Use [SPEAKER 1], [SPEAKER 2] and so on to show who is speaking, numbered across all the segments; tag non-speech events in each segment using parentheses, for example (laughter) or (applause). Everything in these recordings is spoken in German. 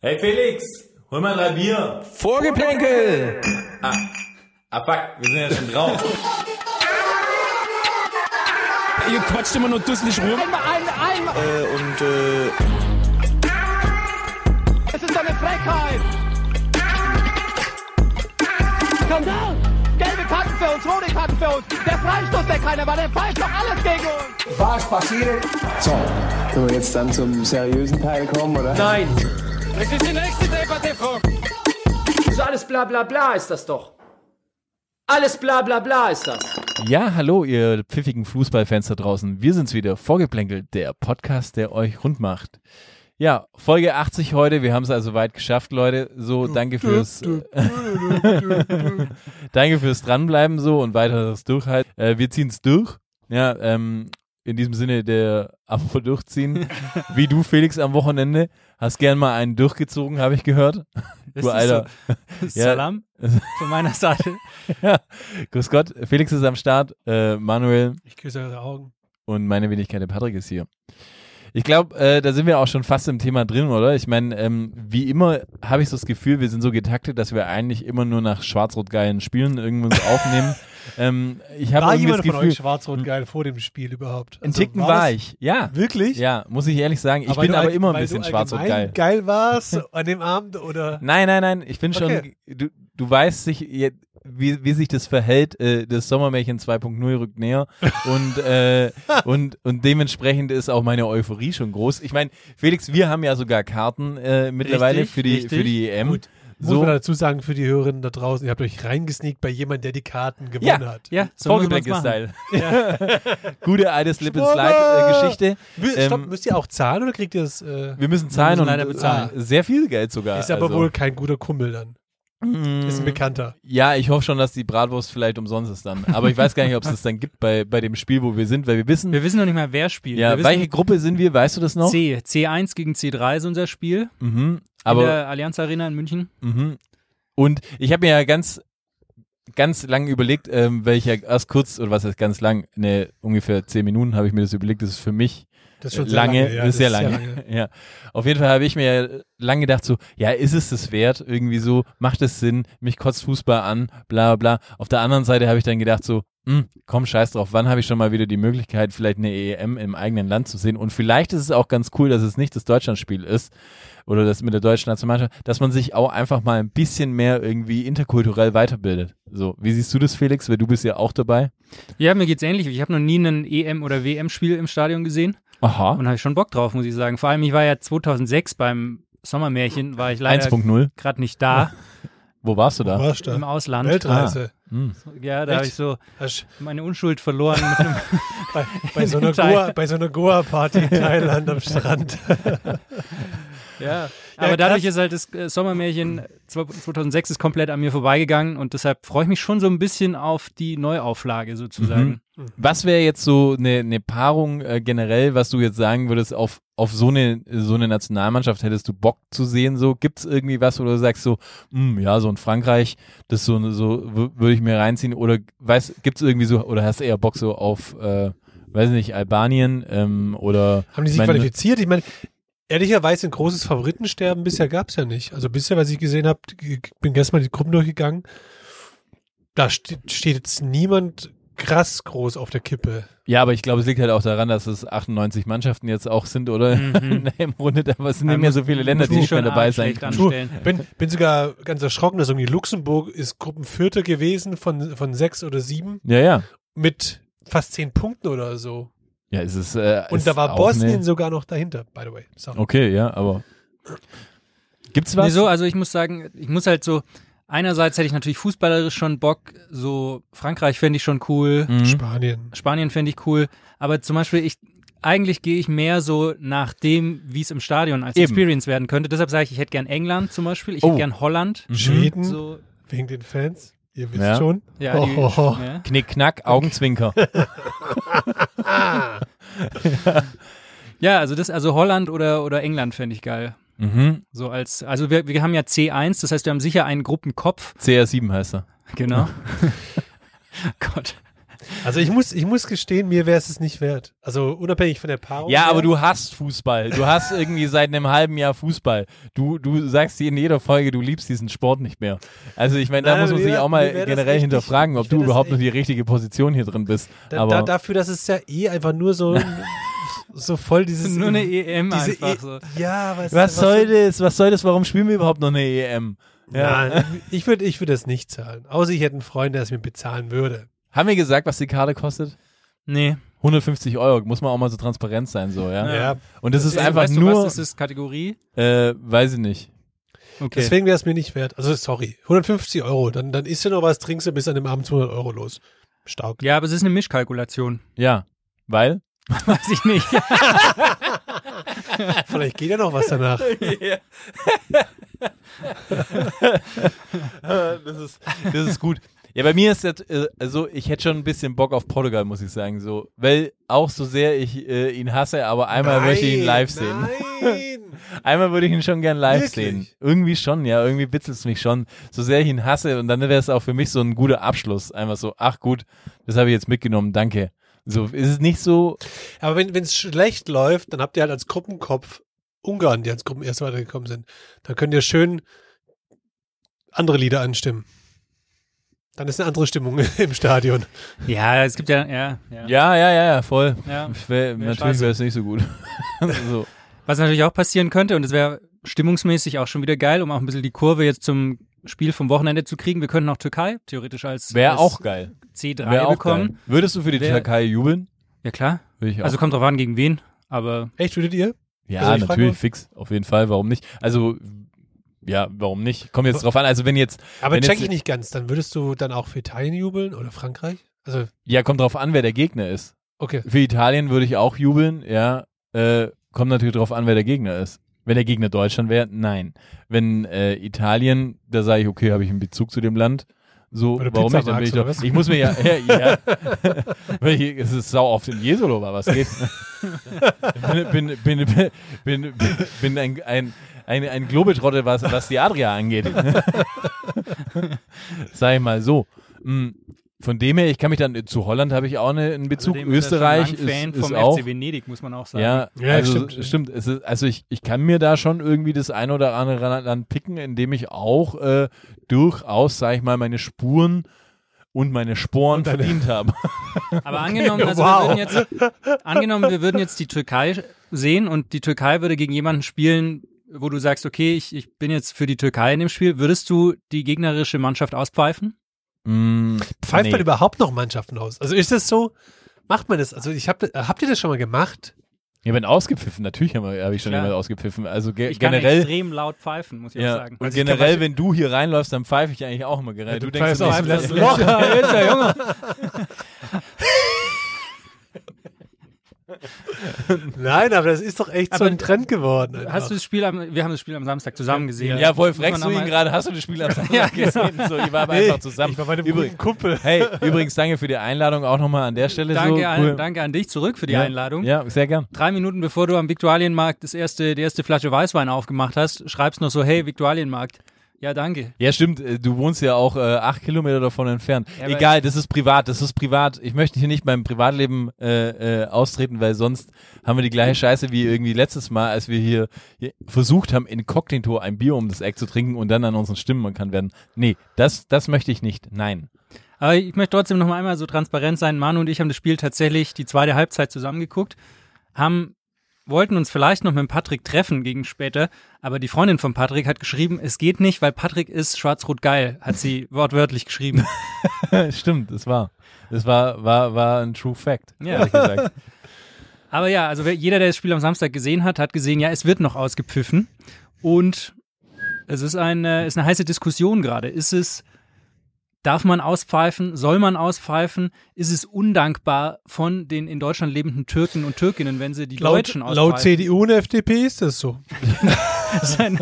[SPEAKER 1] Hey Felix, hol mal drei Bier.
[SPEAKER 2] Vorgeplänkel!
[SPEAKER 1] Ah fuck, wir sind ja schon drauf.
[SPEAKER 2] Ihr quatscht immer nur dusselig rum.
[SPEAKER 3] Einmal, einmal, einmal.
[SPEAKER 2] Und äh,
[SPEAKER 3] Es ist eine Frechheit. Skandal. Gelbe Karten für uns, rote Karten für uns. Der Freistoß, der keiner war, der pfeift doch alles gegen uns.
[SPEAKER 4] Was passiert? So, können wir jetzt dann zum seriösen Teil kommen, oder?
[SPEAKER 5] Nein,
[SPEAKER 6] Das ist die nächste Debatte, Frau.
[SPEAKER 5] so alles bla bla bla ist das doch. Alles bla bla bla ist das.
[SPEAKER 7] Ja, hallo, ihr pfiffigen Fußballfans da draußen. Wir sind's wieder, Vorgeplänkel, der Podcast, der euch rund macht. Ja, Folge 80 heute. Wir haben's also weit geschafft, Leute. So, danke fürs, (laughs) danke fürs dranbleiben so und weiteres Durchhalten. Äh, wir ziehen's durch. Ja, ähm, in diesem Sinne der Abo
[SPEAKER 8] (laughs)
[SPEAKER 7] durchziehen. Wie du, Felix, am Wochenende. Hast gern mal einen durchgezogen, habe ich gehört.
[SPEAKER 8] Ist
[SPEAKER 7] du
[SPEAKER 8] das
[SPEAKER 7] Alter.
[SPEAKER 8] So,
[SPEAKER 7] Ja.
[SPEAKER 8] Salam von meiner Seite.
[SPEAKER 7] (laughs) Ja. Grüß Gott. Felix ist am Start. Äh, Manuel.
[SPEAKER 8] Ich küsse eure Augen.
[SPEAKER 7] Und meine Wenigkeit, der Patrick ist hier. Ich glaube, äh, da sind wir auch schon fast im Thema drin, oder? Ich meine, ähm, wie immer habe ich so das Gefühl, wir sind so getaktet, dass wir eigentlich immer nur nach schwarz-rot geilen Spielen irgendwas
[SPEAKER 8] (laughs)
[SPEAKER 7] aufnehmen. ähm, ich habe
[SPEAKER 8] War
[SPEAKER 7] irgendwie das
[SPEAKER 8] jemand von
[SPEAKER 7] Gefühl, hm.
[SPEAKER 8] euch schwarz-rot geil vor dem Spiel überhaupt? Also
[SPEAKER 7] in Ticken war,
[SPEAKER 8] das-
[SPEAKER 7] ich. Ja,
[SPEAKER 8] Wirklich?
[SPEAKER 7] ja, muss ich ehrlich sagen. Ich
[SPEAKER 8] weil
[SPEAKER 7] bin
[SPEAKER 8] du
[SPEAKER 7] aber
[SPEAKER 8] all-
[SPEAKER 7] immer ein
[SPEAKER 8] weil
[SPEAKER 7] bisschen
[SPEAKER 8] du
[SPEAKER 7] schwarz-rot geil.
[SPEAKER 8] allgemein Geil war's
[SPEAKER 7] (laughs)
[SPEAKER 8] an dem Abend oder?
[SPEAKER 7] Nein, nein, nein. Ich bin schon,
[SPEAKER 8] Okay.
[SPEAKER 7] du, du weißt sich, je- wie, wie sich das verhält. Äh, das Sommermärchen 2.0 rückt
[SPEAKER 8] (laughs)
[SPEAKER 7] näher. Und, äh, und, und dementsprechend ist auch meine Euphorie schon groß. Ich meine, Felix, wir haben ja sogar Karten äh, mittlerweile
[SPEAKER 8] Richtig,
[SPEAKER 7] für, die,
[SPEAKER 8] richtig.
[SPEAKER 7] für die EM.
[SPEAKER 8] Gut. Muss
[SPEAKER 7] So,
[SPEAKER 8] man dazu sagen für die Hörerinnen da draußen, ihr habt euch reingesneakt bei jemandem, der die Karten gewonnen
[SPEAKER 7] ja,
[SPEAKER 8] hat.
[SPEAKER 7] ja
[SPEAKER 2] so muss man's
[SPEAKER 7] Vorgeblänke-Style. (laughs)
[SPEAKER 8] (laughs)
[SPEAKER 7] Gute alte äh, Slip-and-Slide-Geschichte.
[SPEAKER 8] Mü-
[SPEAKER 7] Ähm,
[SPEAKER 8] Stopp, müsst ihr auch zahlen oder kriegt ihr das? Äh,
[SPEAKER 7] Wir müssen zahlen
[SPEAKER 2] müssen
[SPEAKER 7] und
[SPEAKER 2] leider bezahlen.
[SPEAKER 7] äh, sehr viel Geld sogar.
[SPEAKER 8] ist aber
[SPEAKER 7] also. Mm.
[SPEAKER 8] wohl kein guter Kumpel dann. Ist ein Bekannter.
[SPEAKER 7] Ja, ich hoffe schon, dass die Bratwurst vielleicht umsonst ist dann. Aber ich weiß gar nicht, ob es das dann gibt bei, bei dem Spiel, wo wir sind, weil wir wissen,
[SPEAKER 2] Wir wissen noch nicht mal, wer spielt.
[SPEAKER 7] Ja,
[SPEAKER 2] wir
[SPEAKER 7] welche
[SPEAKER 2] wissen,
[SPEAKER 7] Gruppe sind wir? Weißt du das noch?
[SPEAKER 2] C. C1 gegen C3 ist unser Spiel.
[SPEAKER 7] Mhm.
[SPEAKER 2] in
[SPEAKER 7] Aber
[SPEAKER 2] der Allianz Arena in München.
[SPEAKER 7] mhm. und ich habe mir ja ganz ganz lang überlegt, ähm, welcher erst kurz oder was heißt ganz lang, ne ungefähr zehn Minuten habe ich mir das überlegt. Das ist für mich
[SPEAKER 8] Das ist
[SPEAKER 7] äh,
[SPEAKER 8] schon sehr lange.
[SPEAKER 7] lange,
[SPEAKER 8] ja,
[SPEAKER 7] das ist sehr
[SPEAKER 8] das
[SPEAKER 7] lange. ja, auf jeden Fall habe ich mir lange gedacht so, ja ist es das wert? Irgendwie so macht es Sinn? Mich kotzt Fußball an, bla bla. Auf der anderen Seite habe ich dann gedacht so. hm, Komm, scheiß drauf. Wann habe ich schon mal wieder die Möglichkeit, vielleicht eine EM im eigenen Land zu sehen? Und vielleicht ist es auch ganz cool, dass es nicht das Deutschlandspiel ist, oder das mit der deutschen Nationalmannschaft, dass man sich auch einfach mal ein bisschen mehr irgendwie interkulturell weiterbildet. So, wie siehst du das, Felix? Weil du bist ja auch dabei.
[SPEAKER 2] Ja, mir geht's ähnlich. Ich habe noch nie ein EM- oder WM-Spiel im Stadion gesehen.
[SPEAKER 7] Aha.
[SPEAKER 2] Und habe ich schon Bock drauf, muss ich sagen. Vor allem, ich war ja 2006 beim Sommermärchen, war ich leider
[SPEAKER 7] 1.0.
[SPEAKER 2] gerade nicht da
[SPEAKER 7] Wo warst du da? Hm.
[SPEAKER 8] Warst du?
[SPEAKER 2] im
[SPEAKER 7] ah.
[SPEAKER 2] Ausland. Also,
[SPEAKER 8] Weltreise.
[SPEAKER 2] Ja, da habe ich so
[SPEAKER 8] Hast-
[SPEAKER 2] meine Unschuld verloren. Mit einem
[SPEAKER 8] Bei,
[SPEAKER 7] (laughs)
[SPEAKER 8] bei, so einer
[SPEAKER 2] Teil.
[SPEAKER 8] Goa, bei so einer Goa-Party in Thailand am Strand.
[SPEAKER 2] Ja, aber dadurch ist halt das äh, Sommermärchen zw- 2006 ist komplett an mir vorbeigegangen und deshalb freue ich mich schon so ein bisschen auf die Neuauflage sozusagen.
[SPEAKER 7] Was wäre jetzt so eine, eine Paarung äh, generell, was du jetzt sagen würdest, auf, auf so, eine, so eine Nationalmannschaft hättest du Bock zu sehen? So Gibt's irgendwie was, wo du sagst so, hm, ja, so in Frankreich, das so, so w- würde ich mir reinziehen? Oder weiß, gibt's irgendwie so, oder hast eher Bock so auf, äh, weiß nicht, Albanien ähm, oder
[SPEAKER 8] Haben die sich
[SPEAKER 7] Ich meine-
[SPEAKER 8] qualifiziert? Ich meine, ehrlicherweise ein großes Favoritensterben bisher gab es ja nicht. Also bisher, was ich gesehen habe, ich bin gestern mal die Gruppen durchgegangen. Da ste- steht jetzt niemand krass groß auf der Kippe.
[SPEAKER 7] Ja, aber ich glaube, es liegt halt auch daran, dass es 98 Mannschaften jetzt auch sind, oder?
[SPEAKER 2] Mhm.
[SPEAKER 7] (laughs) In der Runde, da was sind nicht mehr so viele Länder, die nicht
[SPEAKER 2] muss
[SPEAKER 7] mehr
[SPEAKER 2] schon
[SPEAKER 7] dabei
[SPEAKER 2] arg
[SPEAKER 7] sein
[SPEAKER 2] schlecht
[SPEAKER 7] können.
[SPEAKER 2] an-
[SPEAKER 8] Du,
[SPEAKER 2] Stellen.
[SPEAKER 8] bin, bin sogar ganz erschrocken, dass irgendwie Luxemburg ist Gruppenvierter gewesen von, von sechs oder sieben
[SPEAKER 7] Ja, ja.
[SPEAKER 8] mit fast zehn Punkten oder so.
[SPEAKER 7] Ja, es ist. Äh,
[SPEAKER 8] Und
[SPEAKER 7] ist
[SPEAKER 8] da war
[SPEAKER 7] auch
[SPEAKER 8] Bosnien
[SPEAKER 7] Eine,
[SPEAKER 8] sogar noch dahinter, by the way. Sorry.
[SPEAKER 7] okay, ja, aber. Gibt's was?
[SPEAKER 2] Nee, so, also ich muss sagen, ich muss halt so, einerseits hätte ich natürlich fußballerisch schon Bock, so Frankreich fände ich schon cool,
[SPEAKER 7] Mhm.
[SPEAKER 8] Spanien.
[SPEAKER 2] Spanien fände ich cool, aber zum Beispiel ich, eigentlich gehe ich mehr so nach dem, wie es im Stadion als
[SPEAKER 7] Eben.
[SPEAKER 2] Experience werden könnte. Deshalb sage ich, ich hätte gern England zum Beispiel, ich
[SPEAKER 7] Oh.
[SPEAKER 2] hätte gern Holland.
[SPEAKER 8] Schweden,
[SPEAKER 2] So,
[SPEAKER 8] wegen den Fans. Ihr wisst
[SPEAKER 7] Ja.
[SPEAKER 8] schon.
[SPEAKER 2] ja, die,
[SPEAKER 7] Oh.
[SPEAKER 8] Ohoho.
[SPEAKER 2] ja.
[SPEAKER 7] Knick, knack, (laughs) Augenzwinker.
[SPEAKER 2] ja, also das, also Holland oder, oder England fände ich geil.
[SPEAKER 7] mhm.
[SPEAKER 2] So als, also wir, wir haben ja C1, das
[SPEAKER 7] Genau.
[SPEAKER 2] (laughs) heißt, wir haben sicher einen Gruppenkopf.
[SPEAKER 7] CR7 heißt er.
[SPEAKER 2] Genau. Gott.
[SPEAKER 8] Also ich muss, ich muss gestehen, mir wäre es es nicht wert. Also unabhängig von der Paarung.
[SPEAKER 7] Ja,
[SPEAKER 8] her.
[SPEAKER 7] aber du hast Fußball. Du hast irgendwie seit einem halben Jahr Fußball. Du, du sagst dir in jeder Folge, du liebst diesen Sport nicht mehr. Also ich meine, da
[SPEAKER 8] Nein,
[SPEAKER 7] muss man
[SPEAKER 8] mir-
[SPEAKER 7] sich auch
[SPEAKER 8] mir
[SPEAKER 7] mal
[SPEAKER 8] wär das
[SPEAKER 7] generell
[SPEAKER 8] richtig-
[SPEAKER 7] hinterfragen, ob
[SPEAKER 8] ich wär
[SPEAKER 7] du
[SPEAKER 8] das
[SPEAKER 7] überhaupt noch
[SPEAKER 8] echt-
[SPEAKER 7] die richtige Position hier drin bist.
[SPEAKER 8] da,
[SPEAKER 7] aber
[SPEAKER 8] da, dafür, dass es ja eh einfach
[SPEAKER 7] (laughs)
[SPEAKER 8] nur so, so voll dieses.
[SPEAKER 2] Nur eine EM
[SPEAKER 8] diese
[SPEAKER 2] einfach
[SPEAKER 8] E-
[SPEAKER 2] so.
[SPEAKER 8] Ja, was,
[SPEAKER 7] was soll das? Was soll das? Warum spielen wir überhaupt noch eine E EM?
[SPEAKER 8] Ja. Nein, ich würde ich würd das nicht zahlen. Außer ich hätte einen Freund, der es mir bezahlen würde.
[SPEAKER 7] Haben wir gesagt, was die Karte kostet?
[SPEAKER 2] Nee.
[SPEAKER 7] 150 Euro, muss man auch mal so transparent sein, so, ja.
[SPEAKER 8] Ja.
[SPEAKER 7] Und das ist einfach
[SPEAKER 2] Äh, weißt
[SPEAKER 7] nur,
[SPEAKER 2] Du was, das ist Kategorie.
[SPEAKER 7] äh, weiß ich nicht.
[SPEAKER 2] Okay.
[SPEAKER 8] Deswegen wäre es mir nicht wert. Also sorry, 150 Euro, dann, dann isst du noch was, trinkst du bis an dem Abend 200 Euro los. Stark.
[SPEAKER 2] ja, aber es ist
[SPEAKER 7] (laughs)
[SPEAKER 2] eine Mischkalkulation.
[SPEAKER 7] Ja, weil?
[SPEAKER 2] Weiß ich nicht.
[SPEAKER 8] Vielleicht geht ja noch was danach.
[SPEAKER 7] das, ist, das ist gut. Ja, bei mir ist das, äh, also ich hätte schon ein bisschen Bock auf Portugal, muss ich sagen. So, weil auch so sehr ich äh, ihn hasse, aber (laughs) einmal möchte ich ihn live sehen.
[SPEAKER 8] Nein.
[SPEAKER 7] Einmal würde ich ihn schon gern live
[SPEAKER 8] Wirklich?
[SPEAKER 7] sehen. Irgendwie schon, ja, irgendwie bitzelt es mich schon. So sehr ich ihn hasse und dann wäre es auch für mich so ein guter Abschluss. Einfach so, ach gut, das habe ich jetzt mitgenommen, danke. So, ist es nicht so,
[SPEAKER 8] Aber wenn es schlecht läuft, dann habt ihr halt als Gruppenkopf Ungarn, die als Gruppenerster weitergekommen sind. Dann könnt ihr schön andere Lieder anstimmen. Dann ist eine andere Stimmung (laughs) im Stadion.
[SPEAKER 2] ja, es gibt ja, ja, ja.
[SPEAKER 7] ja, ja, ja, ja, voll.
[SPEAKER 2] Ja.
[SPEAKER 7] Wär, natürlich
[SPEAKER 2] scheiße.
[SPEAKER 7] wäre es nicht so gut. (laughs) so.
[SPEAKER 2] Was natürlich auch passieren könnte, und es wäre stimmungsmäßig auch schon wieder geil, um auch ein bisschen die Kurve jetzt zum Spiel vom Wochenende zu kriegen. Wir könnten auch Türkei theoretisch als,
[SPEAKER 7] Wäre
[SPEAKER 2] als
[SPEAKER 7] auch geil.
[SPEAKER 2] C3
[SPEAKER 7] Wäre auch geil.
[SPEAKER 2] bekommen.
[SPEAKER 7] Würdest du für die
[SPEAKER 2] Wär-
[SPEAKER 7] Türkei jubeln?
[SPEAKER 2] Ja, klar.
[SPEAKER 7] Würde ich auch.
[SPEAKER 2] Also kommt drauf an, gegen wen. Aber
[SPEAKER 8] Echt, würdet ihr?
[SPEAKER 7] Ja,
[SPEAKER 8] Also ich frag
[SPEAKER 7] natürlich,
[SPEAKER 8] nur-
[SPEAKER 7] fix. Auf jeden Fall, warum nicht? Also, ja, warum nicht? Kommt jetzt drauf an. Also, wenn jetzt,
[SPEAKER 8] Aber
[SPEAKER 7] Wenn
[SPEAKER 8] check
[SPEAKER 7] jetzt-
[SPEAKER 8] ich nicht ganz. Dann würdest du dann auch für Italien jubeln oder Frankreich? Also,
[SPEAKER 7] ja, kommt drauf an, wer der Gegner ist.
[SPEAKER 8] okay.
[SPEAKER 7] Für Italien würde ich auch jubeln, ja. Äh, kommt natürlich drauf an, wer der Gegner ist. Wenn der Gegner Deutschland wäre, nein. Wenn äh, Italien, da sage ich, okay, habe ich einen Bezug zu dem Land. So,
[SPEAKER 8] Weil du
[SPEAKER 7] warum
[SPEAKER 8] Pizza
[SPEAKER 7] nicht? Dann bin ich,
[SPEAKER 8] magst,
[SPEAKER 7] doch,
[SPEAKER 8] oder was?
[SPEAKER 7] ich muss mir
[SPEAKER 2] (laughs)
[SPEAKER 7] ja, ja, ja. Weil ich- es ist sau oft in Jesolo, aber was
[SPEAKER 2] (laughs)
[SPEAKER 7] geht? bin, bin, bin, bin, bin, bin ein, ein, ein, ein Globetrotter, was, was die Adria angeht. Sag ich mal so. Mm, Von dem her, ich kann mich dann, zu Holland habe ich auch eine, einen Bezug.
[SPEAKER 2] Zudem ist er schon
[SPEAKER 7] Österreich
[SPEAKER 2] lang
[SPEAKER 7] ist,
[SPEAKER 2] Fan
[SPEAKER 7] ist
[SPEAKER 2] vom
[SPEAKER 7] auch.
[SPEAKER 2] FC Venedig, muss man auch sagen.
[SPEAKER 7] Ja,
[SPEAKER 8] Ja,
[SPEAKER 7] also,
[SPEAKER 8] stimmt.
[SPEAKER 7] stimmt. Es ist, also ich, ich kann mir da schon irgendwie das ein oder andere Land picken, indem ich auch äh, durchaus, sag ich mal, meine Spuren und meine Sporen verdient
[SPEAKER 8] (laughs)
[SPEAKER 7] habe.
[SPEAKER 2] Aber angenommen, also wir würden jetzt, angenommen, wir würden jetzt die Türkei sehen und die Türkei würde gegen jemanden spielen, wo du sagst, okay, ich, ich bin jetzt für die Türkei in dem Spiel, würdest du die gegnerische Mannschaft auspfeifen?
[SPEAKER 7] Mm,
[SPEAKER 8] Pfeift
[SPEAKER 7] nee.
[SPEAKER 8] man überhaupt noch Mannschaften aus? Also ist das so? Macht man das? Also ich hab, habt ihr das schon mal gemacht?
[SPEAKER 7] Ja, wenn ausgepfiffen, natürlich habe hab ich schon
[SPEAKER 2] Klar.
[SPEAKER 7] jemand ausgepfiffen. Also ge
[SPEAKER 2] Ich kann
[SPEAKER 7] generell.
[SPEAKER 2] extrem laut pfeifen, muss ich auch
[SPEAKER 7] Ja,
[SPEAKER 2] sagen. Also
[SPEAKER 7] und
[SPEAKER 2] (laughs)
[SPEAKER 8] ich glaub,
[SPEAKER 7] generell,
[SPEAKER 8] was-
[SPEAKER 7] wenn du hier reinläufst, dann pfeife ich eigentlich auch immer gerade.
[SPEAKER 8] du
[SPEAKER 7] du denkst
[SPEAKER 8] pfeifst auch
[SPEAKER 7] nicht,
[SPEAKER 8] einfach
[SPEAKER 7] so,
[SPEAKER 8] das Loch.
[SPEAKER 2] Ja, jetzt ja, Junge.
[SPEAKER 8] (laughs) Nein, aber das ist doch echt so
[SPEAKER 2] Aber-
[SPEAKER 8] ein Trend geworden. einfach.
[SPEAKER 2] Hast du das Spiel am, wir haben das Spiel am Samstag zusammen gesehen.
[SPEAKER 7] Ja, Wolf,
[SPEAKER 2] Muss man
[SPEAKER 7] reckst du
[SPEAKER 2] da
[SPEAKER 7] ihn
[SPEAKER 2] mal-
[SPEAKER 7] gerade? Hast du das Spiel
[SPEAKER 8] (laughs)
[SPEAKER 7] am Samstag gesehen? So, ihr wart
[SPEAKER 8] Nee,
[SPEAKER 7] einfach zusammen.
[SPEAKER 8] ich war bei einem
[SPEAKER 7] Übrigens-
[SPEAKER 8] guten Kumpel. (laughs)
[SPEAKER 7] Hey, übrigens, danke für die Einladung auch nochmal an der Stelle.
[SPEAKER 2] Danke,
[SPEAKER 7] so,
[SPEAKER 2] an,
[SPEAKER 7] cool.
[SPEAKER 2] danke an dich zurück für die
[SPEAKER 7] ja,
[SPEAKER 2] Einladung.
[SPEAKER 7] Ja, sehr gern.
[SPEAKER 2] Drei Minuten bevor du am Viktualienmarkt das erste, die erste Flasche Weißwein aufgemacht hast, schreibst noch so, hey, Viktualienmarkt. Ja, danke.
[SPEAKER 7] Ja, stimmt. äh, Du wohnst ja auch äh, acht Kilometer davon entfernt.
[SPEAKER 2] Ja, aber-
[SPEAKER 7] Egal, das ist privat, das ist privat. Ich möchte hier nicht meinem Privatleben äh, äh, austreten, weil sonst haben wir die gleiche Scheiße wie irgendwie letztes Mal, als wir hier, hier versucht haben, in Cocktailtor ein Bier um das Eck zu trinken und dann an unseren Stimmen erkannt werden. Nee, das, das möchte ich nicht. Nein. (laughs)
[SPEAKER 2] Aber ich möchte trotzdem noch mal einmal so transparent sein. Manu und ich haben das Spiel tatsächlich die zweite Halbzeit zusammengeguckt, haben wollten uns vielleicht noch mit Patrick treffen gegen später, aber die Freundin von Patrick hat geschrieben, es geht nicht, weil Patrick ist schwarz-rot geil, hat sie wortwörtlich geschrieben.
[SPEAKER 7] stimmt, das war. Das war, war, war ein True Fact,
[SPEAKER 2] Ja.
[SPEAKER 7] ehrlich gesagt.
[SPEAKER 2] Aber ja, also wer- jeder, der das Spiel am Samstag gesehen hat, hat gesehen, ja, es wird noch ausgepfiffen. Und es ist eine, ist eine heiße Diskussion gerade. Ist es, darf man auspfeifen? Soll man auspfeifen? Ist es undankbar von den in Deutschland lebenden Türken und Türkinnen, wenn sie die
[SPEAKER 8] laut,
[SPEAKER 2] Deutschen
[SPEAKER 8] laut
[SPEAKER 2] auspfeifen?
[SPEAKER 8] CDU und FDP ist das so.
[SPEAKER 2] Sein-